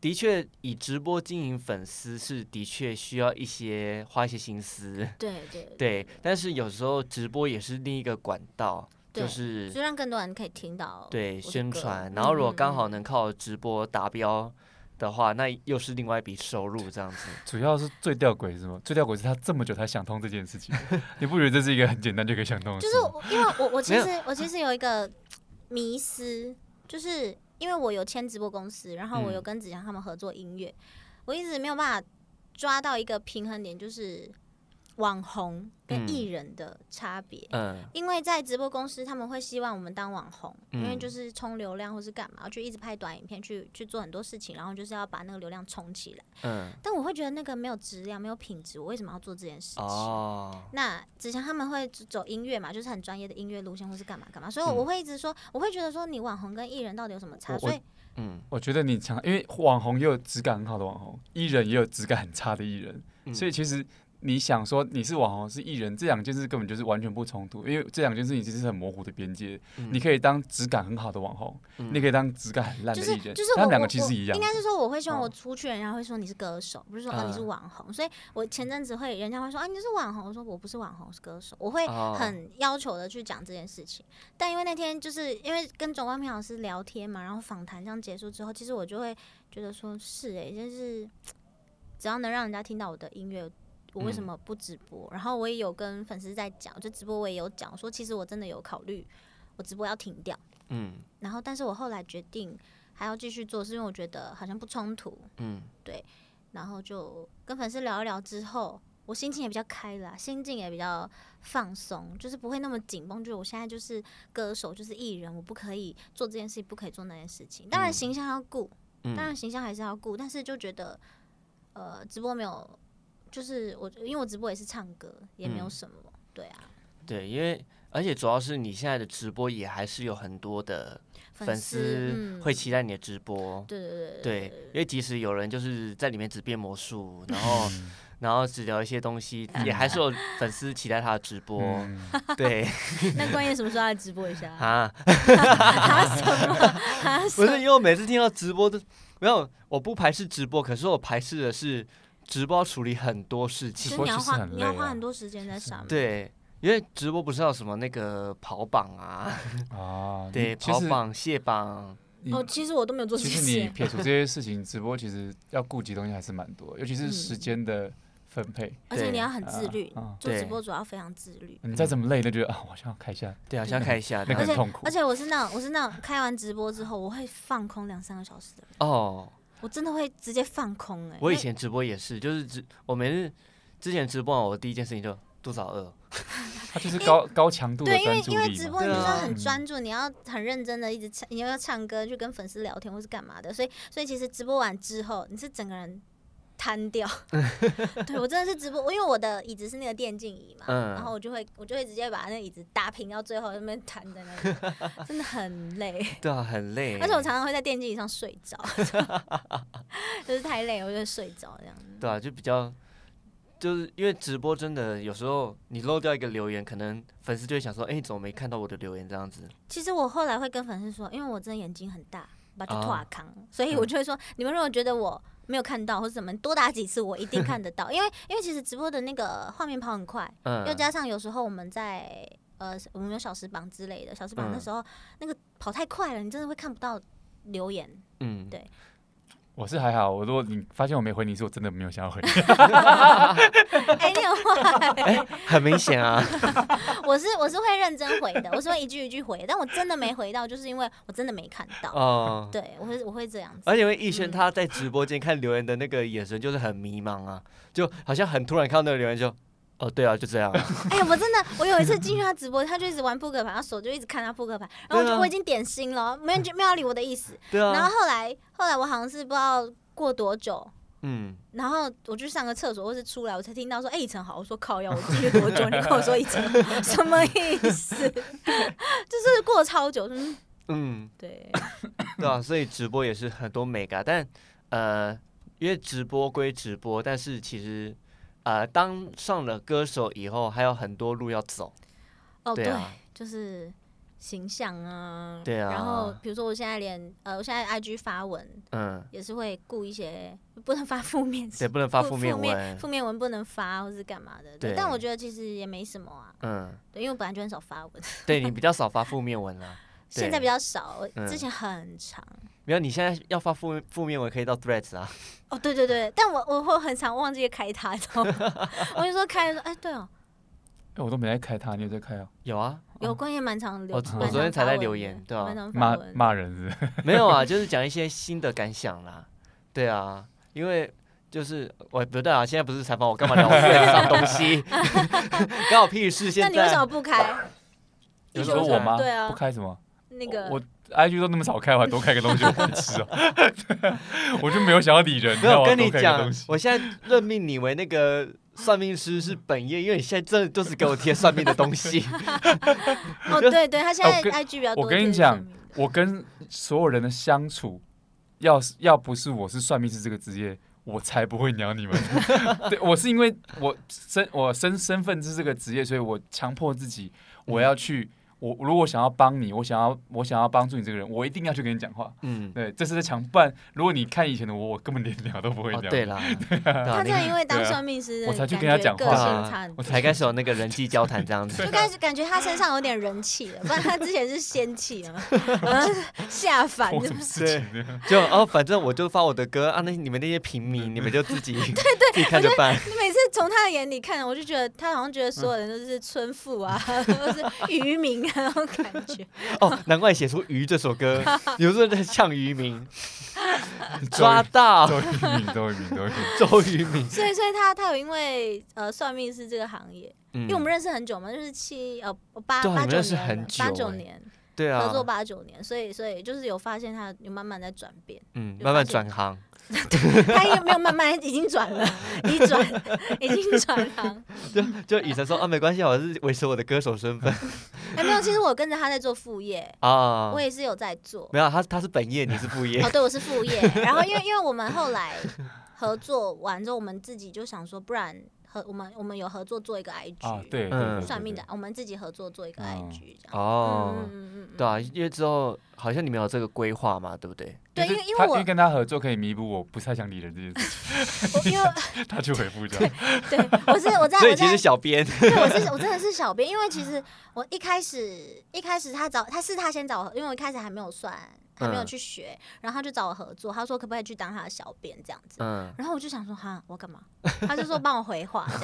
的确以直播经营粉丝是的确需要一些花一些心思， [LAUGHS] 对对对对，但是有时候直播也是另一个管道，就对是就让更多人可以听到对我的宣歌传，然后如果刚好嗯嗯能靠直播达标的话，那又是另外一笔收入这样子。主要是最吊诡是什么？最吊诡是他这么久才想通这件事情， [LAUGHS] 你不觉得这是一个很简单就可以想通的就事是吗？我因为我我其哦没有实我其实有一个迷思，就是因为我有签直播公司，然后我有嗯跟子强他们合作音乐，我一直没有办法抓到一个平衡点，就是网红跟艺人的差别。嗯因为在直播公司，他们会希望我们当网红，因为嗯就是冲流量或是干嘛，去一直拍短影片，去去做很多事情，然后就是要把那个流量冲起来。嗯，但我会觉得那个没有质量，没有品质，我为什么要做这件事情？哦，那之前他们会走走音乐嘛，就是很专业的音乐路线，或是干嘛干嘛，所以嗯我会一直说，我会觉得说你网红跟艺人到底有什么差？我所以嗯，我觉得你强，因为网红也有质感很好的网红，艺人也有质感很差的艺人，嗯所以其实你想说你是网红是艺人，这两件事根本就是完全不冲突，因为这两件事情其实是很模糊的边界。你可以当质感很好的网红，嗯你可以当质感很烂的就艺是人，就是他我们两我个其实我是一样应的。该是说我会希望哦我出去，人家会说你是歌手，不是说、哦你是嗯网红。所以我前阵子会人家会说啊你是网红，我说我不是网红，我是歌手，我会哦很要求的去讲这件事情。但因为那天就是因为跟总冠平老师聊天嘛，然后访谈这样结束之后，其实我就会觉得说是诶、就是只要能让人家听到我的音乐。我为什嗯么不直播？然后我也有跟粉丝在讲，就直播我也有讲，我说其实我真的有考虑，我直播要停掉。嗯然后，但是我后来决定还要继续做，是因为我觉得好像不冲突，嗯然后就跟粉丝聊一聊之后，我心情也比较开朗，心境也比较放松，就是不会那么紧绷。就是我现在就是歌手，就是艺人，我不可以做这件事情，不可以做那件事情。当然嗯形象要顾，嗯，当然形象还是要顾，但是就觉得，呃，直播没有，就是我因为我直播也是唱歌，也没有嗯什么，对啊，对，因为而且主要是你现在的直播也还是有很多的粉丝嗯，会期待你的直播。对对对对，因为即使有人就是在里面只变魔术，然后嗯然后只聊一些东西，也还是有粉丝期待他的直播。嗯，对那关键什么时候来直播一下啊？啊，什么？不是因为我每次听到直播都没有，我不排斥直播，可是我排斥的是直播要处理很多事情其实播你要其实花很你要累花啊很多时间在上面。，对。因为直播不是要什么那个跑榜啊，嗯啊，对，你其跑实榜、卸榜，你哦，其实我都没有做这其实你些。撇除这些事情，直播其实要顾及的东西还是蛮多，尤其是时嗯间的分配。而且对你要很自律啊啊，做直对播主要非常自律。嗯你再怎么累，那就啊， [LAUGHS] 我想要开一下对啊，想看一下的那而个很且痛苦而。且我是那种我是那种开完直播之后，我会放空两三个小时的人，哦。我真的会直接放空哎。我以因为前直播也是，就是直我每日之前直播完，我第一件事情就肚子好饿，它就是高高强度的对，因为专注因为力直嘛。播你对就是要啊很嗯专注，你要很认真的一直唱，你要唱歌去跟粉丝聊天或是干嘛的，所以所以其实直播完之后，你是整个人瘫掉。 [LAUGHS] 对我真的是直播，因为我的椅子是那个电竞椅嘛，嗯啊然后我就会我就会直接把那个椅子打平，到最后在那边瘫在那里， [LAUGHS] 真的很累。对啊，很累。而且我常常会在电竞椅上睡着， [LAUGHS] 就是太累，我就会睡着这样。对啊，就比较就是因为直播真的有时候你漏掉一个留言，可能粉丝就会想说，哎、你怎么没看到我的留言这样子？其实我后来会跟粉丝说，因为我真的眼睛很大，把就啊拓康，所以我嗯就会说，你们如果觉得我没有看到或者怎么，多打几次我一定 [LAUGHS] 看得到，因为因为其实直播的那个画面跑很快，嗯，又加上有时候我们在呃，我们有小时榜之类的，小时榜嗯那时候、那个跑太快了，你真的会看不到留言。 [LAUGHS] 嗯，对我是还好，我如果你发现我没回你，是我真的没有想要回你。 [LAUGHS] 哎、你很坏、很明显啊， [LAUGHS] 我是我是会认真回的，我是会一句一句回，但我真的没回到，就是因为我真的没看到。哦。对，我会我会这样子。而且因为逸轩嗯他在直播间看留言的那个眼神就是很迷茫啊，就好像很突然看到那个留言就，哦对啊就这样啊， [LAUGHS] 哎、我真的，我有一次进去他直播，他就一直玩扑克牌，他手就一直看他扑克牌，然后我就、对啊我已经点心了，没人就没有要理我的意思。对然啊后，后来后来我好像是不知道过多久，嗯，然后我去上个厕所或是出来，我才听到说，哎、一晨好，我说靠要我进去多久？你跟我说一晨什么意思？ [LAUGHS] 就是过超久，嗯，嗯，对，对啊，所以直播也是很多美感，但呃，因为直播归直播，但是其实呃，当上了歌手以后，还有很多路要走。哦对啊，就是形象啊，对啊然后比如说我现在连呃，我现在 IG 发文嗯，也是会顾一些，不能发负面，对，不能发不负面负文。负面文不能发或是干嘛的。对但我觉得其实也没什么啊，嗯，对，因为我本来就很少发文，对你比较少发负面文啦。 [LAUGHS] 对现在比较少，嗯我之前很长。没有，你现在要发负负面文可以到 Threads 啊。哦，对对对，但我我会很常忘记开它，你知道吗？ [LAUGHS] 我就说开了，说哎，对哦，哎我都没在开他，你有在开啊？有啊，有关也蛮常留，我蛮我昨天才常发在文留的言对啊蛮常发骂文的。骂人是不是？ [LAUGHS] 没有啊，就是讲一些新的感想啦。对啊，因为就是我不对啊，现在不是采访我，干嘛聊我上东西？ [LAUGHS] 关我屁事！那现你为什在么不开？有艺时术候家我吗对啊不，开什么？那个我我 IG 都那么少开，我还多开个东西，我白痴哦。 [LAUGHS] 我就没有想要理人，你知道有啊吗跟你多开个讲东，西我现在任命你为那个算命师是本业，因为你现在真的就是给我贴算命的东西。哦，对对，他现在我跟 IG 比较多。我跟你讲，我跟所有人的相处，要是要不是我是算命师这个职业，我才不会 [LAUGHS] 鸟你们。对我是因为我身我身身份是这个职业，所以我强迫自己，我要去。我如果想要帮你，我想要我想要帮助你这个人，我一定要去跟你讲话。嗯，对，这是在强。不然，如果你看以前的我，我根本连鸟都不会哦鸟你。对啦， [LAUGHS] 对啊他真的你因为当对啊算命师，我才去跟他讲个话性差很多我。才开始有那个人际交谈这样子 [LAUGHS] 啊就。开始感觉他身上有点人气了，不然他之前是仙气啊，嗯下凡。我什么事 [LAUGHS] 情呢？就哦，反正我就发我的歌啊，那你们那些平嗯民，你们就 [LAUGHS] 自己自己看着办。你每次从他的眼里看，我就觉得他好像觉得所有人都是村妇啊，都是渔民啊那种感觉。哦，难怪写出《鱼》这首 [LAUGHS] 歌，有时候在呛渔民，抓到周渝民，周渝民，周渝民。周渝民。所以，所以他他有因为呃算命师这个行业，因因为我们认识很久嘛，就是七呃八嗯对啊你八们九认识年很了，久八九欸年对合啊，作八九年，所以所以就是有发现他有慢慢在转变，嗯，就慢慢发现转行。 [LAUGHS] 他也没有慢慢已经转了，已经转已经转行。就就以晨说啊，没关系啊，我是维持我的歌手身份哎、没有，其实我跟着他在做副业， [LAUGHS] 啊我。也是有在做。没有，他他是本业，你是副业哦，。对，我是副业。然后因为因为我们后来合作完之后，我们自己就想说，不然合我们我们有合作做一个 IG，、 [LAUGHS] 啊，对，对嗯对算命的对，我们自己合作做一个哦 IG 这 [LAUGHS] 样。哦，嗯对啊，因为之后好像你们有这个规划嘛，对不对？对，因就是为因他为我因为跟他合作可以弥补我不太想理人这件事我因为情， [LAUGHS] 他去回复这样。对我是我在所我以其实在小 [LAUGHS] 编，对我是我真的是小编，因为其实我一开始一开始他找他是他先找我，因为我一开始还没有算还没有嗯去学，然后他就找我合作，他说可不可以去当他的小编这样子，嗯，然后我就想说，哈，我干嘛？他就说帮我回话这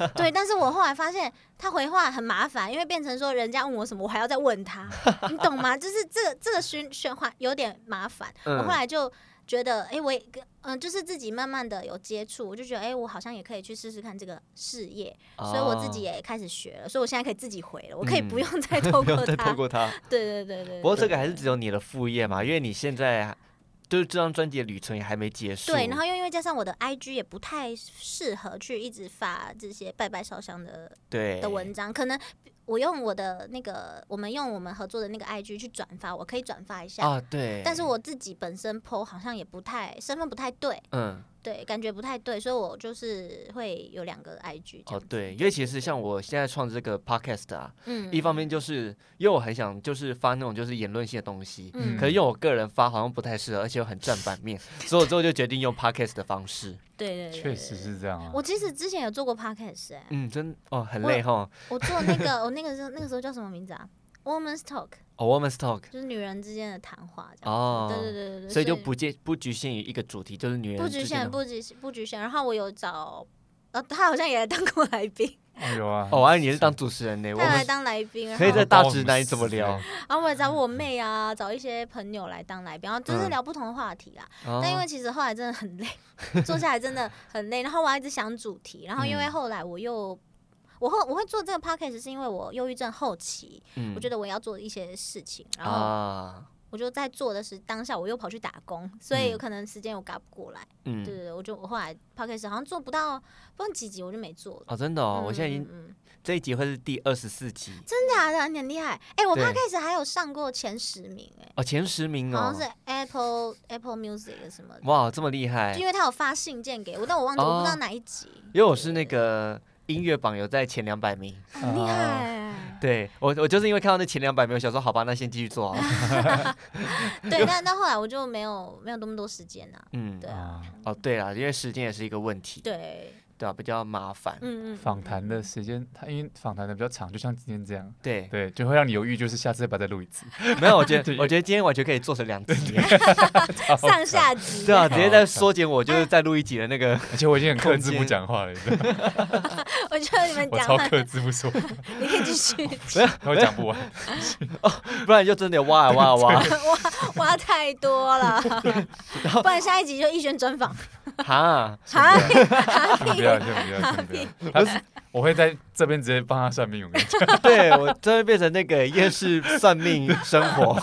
样。对，但是我后来发现他回话很麻烦，因为变成说人家问我什么，我还要再问他，你懂吗？就是这个这个循循环有点麻烦。嗯我后来就觉得，哎、我也跟嗯、就是自己慢慢的有接触，我就觉得，哎、我好像也可以去试试看这个事业，所以我自己哦也开始学了，所以我现在可以自己回了，我可以嗯不用再 [LAUGHS] 透不过用再他。哦透过他。对对对对。不过这个对还是只有你的副业嘛，因为你现在就是这张专辑的旅程也还没结束。对，然后又因为加上我的 IG 也不太适合去一直发这些拜拜烧香的对的文章，可能我用我的那个，我们用我们合作的那个 IG 去转发，我可以转发一下。啊，对，但是我自己本身 PO 好像也不太身份不太对，嗯对，感觉不太对，所以我就是会有两个 IG 哦这样，子。对，因为其实像我现在创这个 podcast 啊，嗯一方面就是因为我很想就是发那种就是言论性的东西，嗯可是用我个人发好像不太适合，而且又很占版 [LAUGHS] 面，所以我最后就决定用 podcast 的方式。对对对，确对实。是这样啊 [LAUGHS] 我。其实之前有做过 podcast 哎、嗯，真哦很我累哈。我做那个我那个时候那个时候叫什么名字啊？Woman's Talk，哦，woman's talk，就是女人之间的谈话这样。哦，对对对对对，所以就不界不局限于一个主题，就是女人不之局间限的不局不局限。然后我有找，呃，他好像也来当过来宾，哦有啊，哦，啊，你是当主持人 [LAUGHS] 呢，我他来们当来宾，然可以后在大直男怎么啊聊？然后我也找我妹啊，找一些朋友来当来宾，然后就是聊不同的话题啦。但因为嗯哦其实后来真的 [LAUGHS] 很累，做下来真的很累。然后我还一直想主题，然后因为嗯后来我又。我后我会做这个 podcast 是因为我忧郁症后期，嗯我觉得我要做一些事情，然后啊，我就在做的是当下，我又跑去打工，所嗯以有可能时间我赶不过来。对嗯，对对，我就我后来 podcast 好像做不到，不知道几集我就没做了。哦，真的哦，我现在已经嗯嗯嗯这一集会是第二十四集真的啊，真的啊你很厉害。哎、我对 podcast 还有上过前十名、哎。哦，前十名好哦像，是 Apple Apple Music 什么的，哇，这么厉就害，因为他有发信件给我，但我忘记、哦我不知道哪一集，因为我是那个音乐榜有在前两百 [LAUGHS] 名，很厉哦害。对我我就是因为看到那前两百名，我想说好吧，那先继续做好啊 [LAUGHS] 了， [LAUGHS] 对，但但后来我就没有没有那么多时间啊。嗯对，啊，啊哦对啦，因为时间也是一个问题，对，对啊，比较麻烦，嗯嗯，访谈的时间，他因为访谈的比较长，就像今天这样，对，对，就会让你犹豫，就是下次要不要再录一次。没有，我 [LAUGHS] 觉得对我觉得今天完全可以做成两集耶，上下集对。啊，直接再好缩减我啊就是再录一集的那个，而且我已经很克制空不间讲话了，你知道吗我觉得你们我讲超话，克制不说，你可以 [LAUGHS] 继续然后讲不完。不然就真的挖啊挖 [LAUGHS] 啊挖。挖挖太多了，不然下一集就一轩专访。哈，哈，先不要，先不要，先不要。他是我会在这边直接帮他算命，我跟你讲，对我真的变成那个夜市算命生活，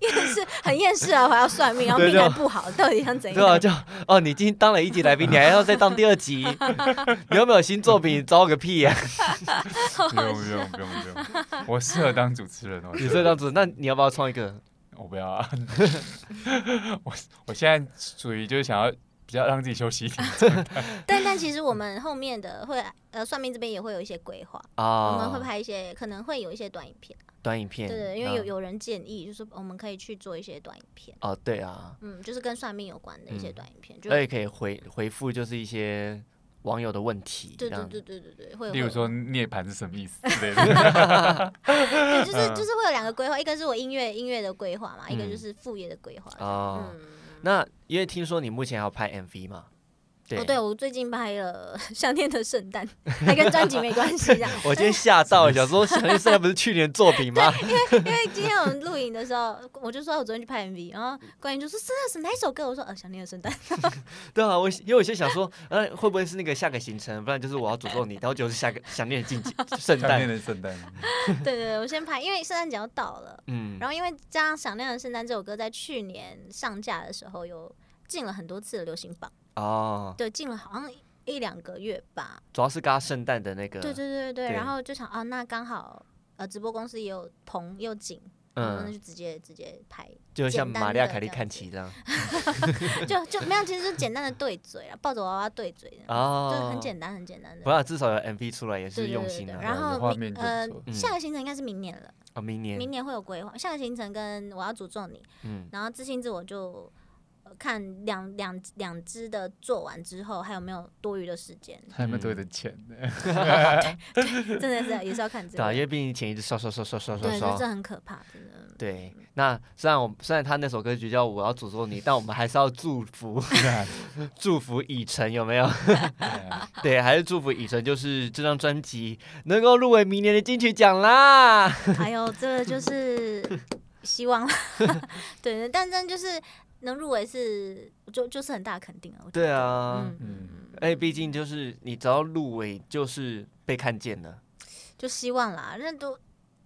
厌世很厌世啊，我还要算命，然后对命就还不好，到底想怎对啊，样？就哦，你今天当了一集来宾，你还要再当第二 [LAUGHS] 集，你有没有新作品？招个屁啊呀、不用不用不用不用， [LAUGHS] 我适合当主持人哦。 [LAUGHS] 你这样子，那你要不要创一个？我不要啊！ [LAUGHS] 我我现在属于就是想要比较让自己休息一点，但但其实我们后面的会呃算命这边也会有一些规划，啊，我们会拍一些，可能会有一些短影片，短影片，对对，因为有啊有人建议，就是我们可以去做一些短影片，哦，对啊，嗯，就是跟算命有关的一些嗯短影片，就那对也可以回回复就是一些网友的问题，对这对样对对对，会有，例会如有说涅槃是什么意思 [LAUGHS] 之类的。对，就是嗯就是会有两个规划，一个是我音乐音乐的规划嘛，一个就嗯是副业的规划，哦。嗯。那因为听说你目前还要拍 MV 嘛？对，哦，对，我最近拍了 [LAUGHS] 《想念的圣诞》，还跟专辑没关系，这 [LAUGHS] 样。我今天吓到了，想说想念现在不是去年作 [LAUGHS] 品吗？因为今天我们录影的时候，我就说我昨天去拍 MV，然后关于就说真的是哪一首歌？我说呃，《想念的圣诞》。 [LAUGHS] 对啊，我因为我先想说，呃，会不会是那个下个行程？不然就是我要诅咒你，然后就是下个想念的禁忌圣想念诞。的圣诞，对对对，我先拍，因为圣诞节要到了，嗯，然后因为加上《响亮的圣诞》这首歌在去年上架的时候有进了很多次的流行榜，哦，对，进了好像一一两个月吧。主要是跟他圣诞的那个，对对对对对，对然后就想啊，那刚好呃，直播公司也有棚也有景，然后那嗯，就直接直接拍，就像简单的玛利亚凯莉看齐这样。 [LAUGHS] 就就没有，其实就简单的对嘴啊，抱着娃娃 [LAUGHS] 对嘴这样，哦，就很简单很简单的不。过至少有 MV 出来也对是对用对心对，的。然有画后面明就不呃错，嗯下个行程应该是明年了，哦，明年明，年会有规划。下个行程跟我要诅咒你，嗯，然后自信自我就、呃看两两两支的做完之后，还有没有多余的时 [LAUGHS] 间，还没多的钱嗯 [LAUGHS] 呢。真的是也是要看这对啊，因个。为毕竟前一直刷刷刷刷刷刷对，就刷这。很可怕，真的。对，那虽然我虽然他那首歌曲叫《我要诅咒你》，但我们还是要祝福 [LAUGHS] 啊祝福以晨有没 [LAUGHS] 有？对，还是祝福以晨，就是这张专辑能够入围明年的金曲奖啦。还有 [LAUGHS] 这个就是希望啦， [LAUGHS] 对，但真就是能入围是就就是很大的肯定啊。我觉得对啊，嗯，嗯，哎，毕竟就是你只要入围，就是被看见了。就希望啦。那都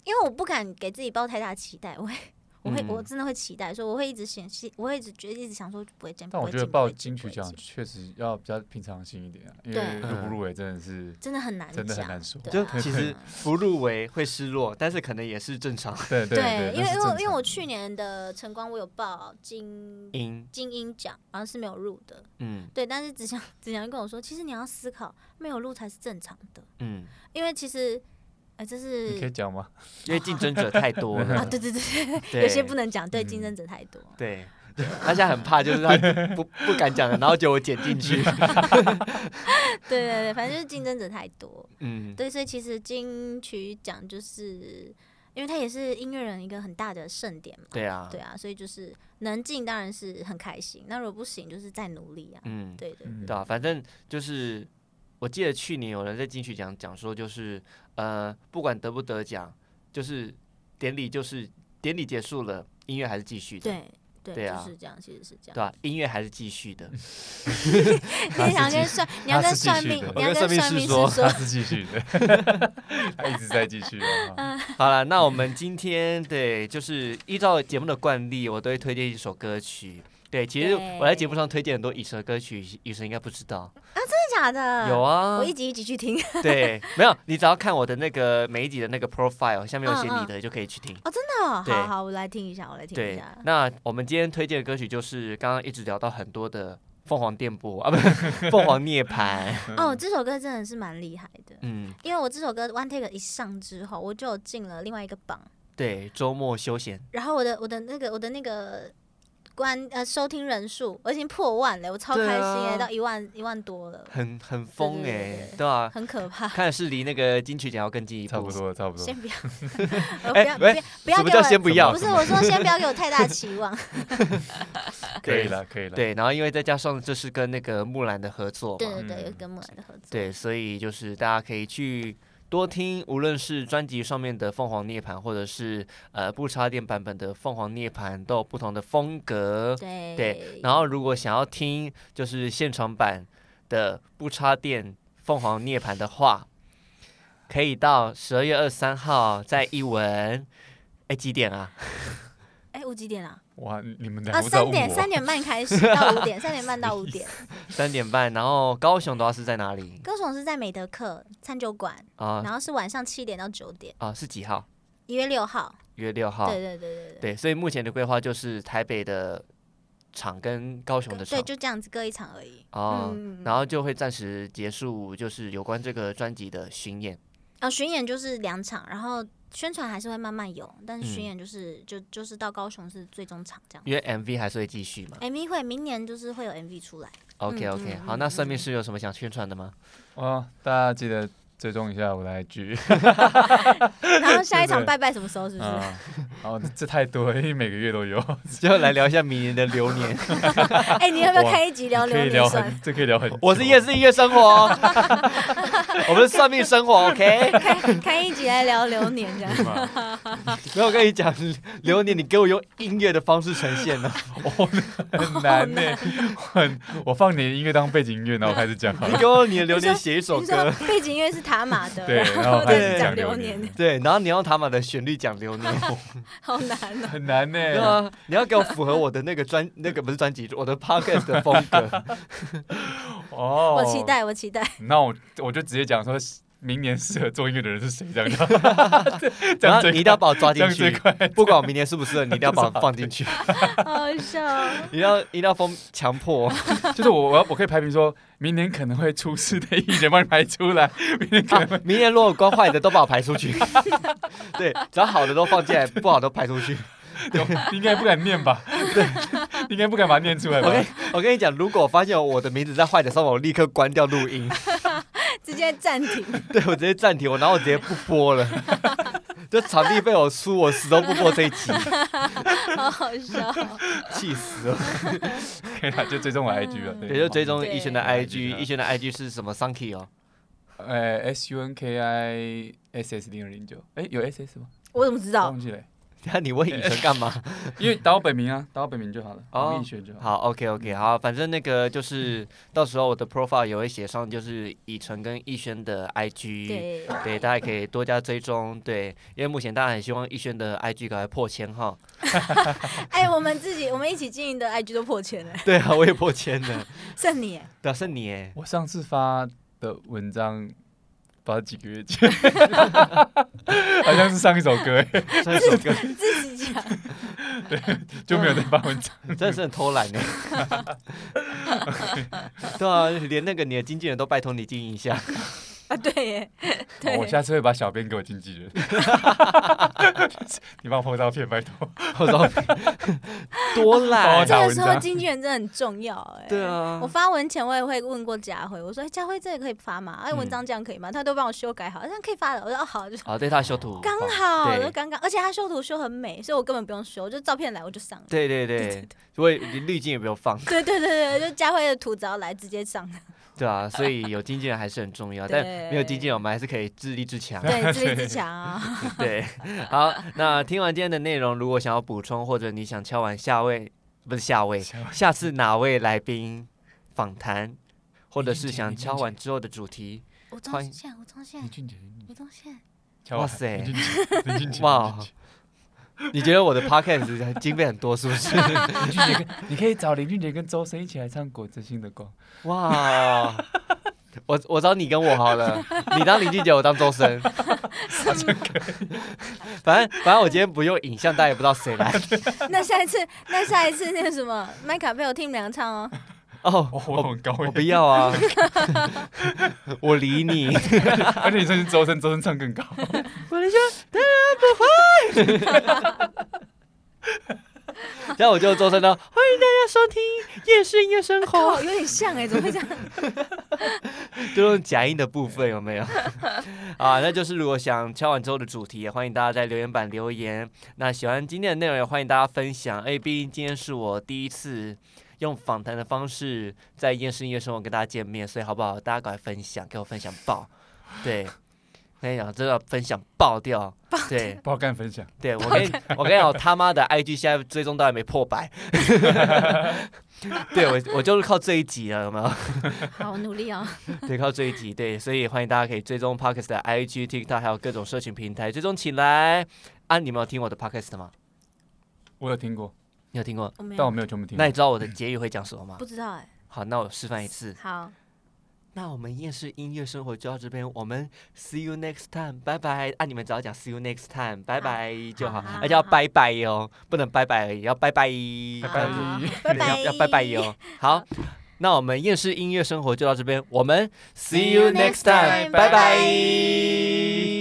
因为我不敢给自己抱太大期待，我会我会、嗯我真的会期待，说我会一直想，我会一直觉得一直想说不会进，但我不会觉得进报不会进金曲不会进奖确实要比较平常心一点啊，因为对入不入围真的是真的很难讲，真的很难说对就啊其实不入围会失落，但是可能也是正常。对对对，，因为那是因为我正因为我常去年的晨光我有报金 [LAUGHS] 因金鹰奖，然后是没有入的，嗯对，但是子祥子祥跟我说，其实你要思考，没有入才是正常的，嗯，因为其实，哎、这你可以是讲吗？因为竞争者太 [LAUGHS] 多啊，了，对对 [LAUGHS] 对，对有些不能讲，对，嗯竞争者太多。对，他现在很怕， [LAUGHS] 就是他不不敢讲了，然后结果我剪进去。啊对对对，反正就是竞争者太多。嗯，对，所以其实金曲奖就是，因为它也是音乐人一个很大的盛典嘛。对啊，对啊，所以就是能进当然是很开心，那如果不行就是再努力啊。嗯，对对，嗯对啊，反正就是我记得去年有人在金曲奖讲说，就是呃，不管得不得奖，就是典礼就是典礼结束了，音乐还是继续的。对对，对啊就是这样，其实是这对样。 [LAUGHS] 吧、音乐还是继续的。你想跟算，你要他跟是继算续命的，你我跟要算命算师命师说说 [LAUGHS] 他，是继续的， [LAUGHS] 他一直在继续嗯啊。好了，那我们今天对，就是依照节目的惯例，我都会推荐一首歌曲。对，其实对我在节目上推荐很多雨神的歌曲，雨神应该不知道。真的假嗯的？有啊我，一集一集去听。 [LAUGHS] 对，没有，你只要看我的那个每一集的那个 profile 下面有写嗯你嗯的，就可以去听。哦，真的哦、对好好，我来听一下，嗯我来听一对下，。那我们今天推荐的歌曲就是刚刚一直聊到很多的凤凰电波 [LAUGHS] 啊，不是凤凰涅槃。哦，这首歌真的是蛮厉害的，嗯，因为我这首歌 One Take 一上之后，我就有进了另外一个榜，对，周末休闲。然后我的我的那个我的那个观呃收听人数我已经破万了，我超对开心啊哎、到一万一万多了，很很疯哎、对对对对对吧、很可怕。看来是离那个金曲奖要更进一步。差不多，差不多 [LAUGHS] 先。不要，我不要，不哎喂要，什么不要给叫我，先不要不是我说，先不要给我太大期 [LAUGHS] 望。可以了，可以了。，对，然后因为再加上这是跟那个木兰的合作对嘛，对对，有嗯跟木兰的合作。对，所以就是大家可以去多听，无论是专辑上面的《凤凰涅槃》，或者是呃不插电版本的《凤凰涅槃》，都有不同的风格。对对，然后如果想要听就是现场版的不插电《凤凰涅槃》的话，可以到十二月二三号在一文，哎几点啊？ [LAUGHS] 哎，我几点啊？哇，你们啊，两个在三问点三我，点半开始到五点，三点 [LAUGHS] 半到五点。三点半。然后高雄的话是在哪里歌手是在美德克餐酒馆，啊？然后是晚上七点到九点，啊是几号？一月六号。约六号。对对对对对。对，所以目前的规划就是台北的场跟高雄的场对，就这样子各一场而已。哦，嗯然后就会暂时结束，就是有关这个专辑的巡演。啊，巡演就是两场，然后宣传还是会慢慢有，但嗯是巡演就是、就就是到高雄是最终场这样。因为 MV 还是会继续嘛。 MV 会明年就是会有 MV 出 [LAUGHS] 来， OK 嗯 OK，、嗯好，嗯那算命师有什么想宣传的吗？哇，哦大家记得追踪一下我的 IG 然后下一对场对拜拜什么时候？是 [LAUGHS] 不是？啊。哦，这太多了，因为每个月都有，最 [LAUGHS] 后来聊一下明年的流年。哎、你要不要哇开一集聊可流以年聊算很，了？这可以聊很 [LAUGHS] 久。[LAUGHS] 我是夜市音乐生活 [LAUGHS] 哦，我们是算命生活。OK，开开一集来聊流年这样。 [LAUGHS] 嘛， [LAUGHS] 没有我跟你讲，流年你给我用音乐的方式呈现哦呢、我 [LAUGHS] 很难呢，很我放你的音乐当背景音乐，然后开始讲好你了。给我你的流年写一首你说歌，背景音乐是塔马的，对，然后开再始是讲讲流流年年，，对，然后你用塔玛的旋律讲流年。好难 [LAUGHS] 哦、很难呢。对啊，你要给我符合我的那个专 [LAUGHS] 那个不是专辑，我的 podcast 的风格。哦，我期。待，我期待。那我我就直接讲说，明年适合做音乐的人是谁这 [LAUGHS] 样子， [LAUGHS] 这然样后最你一定要把我抓这进样最去，快。 [LAUGHS] 不管我明年适不适合，你一定要把我放进去，好好笑哦，一定要一定要封强 [LAUGHS] 迫。就是我我要我可以排名说，明年可能会出事的艺人帮你排出来，明年可啊能会、明年如果关坏的都把我排出去， [LAUGHS] 对，只要好的都放 [LAUGHS] 进来，不好都排出去。有，应该不敢念吧？对，应该不敢把它念出来我吧？跟我跟你讲，如果我发现我的名字在坏的时候，我立刻关掉录音， [LAUGHS] 直接暂停。对我直接暂停，我然后我直接不播了。 [LAUGHS] 就场地被我输，我死都不播这一集，好好笑， [LAUGHS] 气死了。 [LAUGHS] 可以啦，就追踪我 IG 了，对，就追踪对逸轩的对 IG，逸轩的 IG 是什么？Sunky 哦。呃 S U N K I S S 零二零九，哎，有 S S 吗？我怎么知道？哦忘记了欸，那你问影城干嘛？因为打我本名啊，打我本名就好了，哦王艺轩就好。好，OK OK，好，嗯反正那个就是到时候我的 profile 也会写上，就是以晨跟逸轩的 IG，对，对，大家可以多加追踪，对，因为目前大家很希望逸轩的 IG 赶快破千 [LAUGHS] 哈。哎，我们自己我们一起经营的 IG 都破千了，对啊，我也破千了，剩你耶，对啊，是你哎，我上次发的文章发几个月前， [LAUGHS] 好像是上一首歌，哎上一首歌自己讲。就没有再发文章。真的是很偷懒呢。对啊，连那个你的经纪人都拜托你经营一下。啊，对耶，嗯 [LAUGHS] 对，哦我下次会把小编给我经纪人， [LAUGHS] 你帮我 p 照片，拜托。我说多帮我懒这，找个文时候章经纪人真的很重要哎。对。啊我，发文前我也会问过佳慧，我说：“哎、佳慧这个可以发吗？哎，嗯文章这样可以吗？”她都帮我修改好，这样可以发了。我说：“哦，好，就好，对他的修图刚棒好，就对刚刚。而且她修图修很美，所以我根本不用修，就照片来我就上了。对对对对，所以滤镜也不用放，对对对对，就佳慧的图只要来直接上。对啊，所以有经纪人还是很重 [LAUGHS] 要，但对没有经纪人，我们还是可以自立自强。对，自立自强啊。对，好，那听完今天的内容，如果想要补充，或者你想敲完下位，不是下位，下次哪位来宾访谈，或者是想敲完之后的主 [LAUGHS] 题，吴欢宗迎宪，吴宗林宪，俊杰，吴宗宪，敲完哇塞林俊杰，林俊杰，哇林俊杰你觉得我的 podcast 经费很多是不是？林俊杰跟你可以找林俊杰跟周深一起来唱《果真心的光》。哇，我我找你跟我好了，你当林俊杰，我当周 [LAUGHS] 深。 [LAUGHS] 反正反正我今天不用影像，大家也不知道谁来。那下一次，那下一次那个什么，麦卡贝尔听你们俩唱哦。哦，哦，我很高我不哎，要啊， [LAUGHS] 我理你。 [LAUGHS] 而且你甚至周深，周深唱更高。 [LAUGHS] 我的当然不会。 [LAUGHS] 然后我就周深呢，欢迎大家收听《夜深夜生活哦，有点像哎，怎么会这样？》，就用假音的部分有没有？ [LAUGHS] 啊，那就是如果想敲完之后的主题，也欢迎大家在留言板留言。那喜欢今天的内容，也欢迎大家分享。哎，毕竟今天是我第一次用访谈的方式在《夜深夜生活》跟大家见面，所以好不好？大家赶快分享，给我分享爆！对，跟你讲，真的分享爆掉，对。爆干分享，对我跟你我跟你讲，我他妈的 IG 现在追踪到还没破百， [LAUGHS] 对我我就是靠这一集了，有没有？好，我努力哦。 [LAUGHS] 对，靠这一集，对，所以欢迎大家可以追踪 Podcast 的 IG、TikTok 还有各种社群平台追踪起来。啊，你们有听我的 Podcast 吗？我有听过，你有听过？我没但有，我没有全部听过。那你知道我的结语会讲什么吗不？知道哎。好，那我示范一次。好，那我们夜市音乐生活就到这边，我们 see you next time，拜拜。啊，你们只要讲 see you next time，拜拜就好好啊好，而且要好拜拜哟，不能拜拜而已，要拜拜，拜好拜拜。对拜，要要拜拜。哟。好，那我们厌世音乐生活就到这边，我们 see you you next next time， time，拜拜拜拜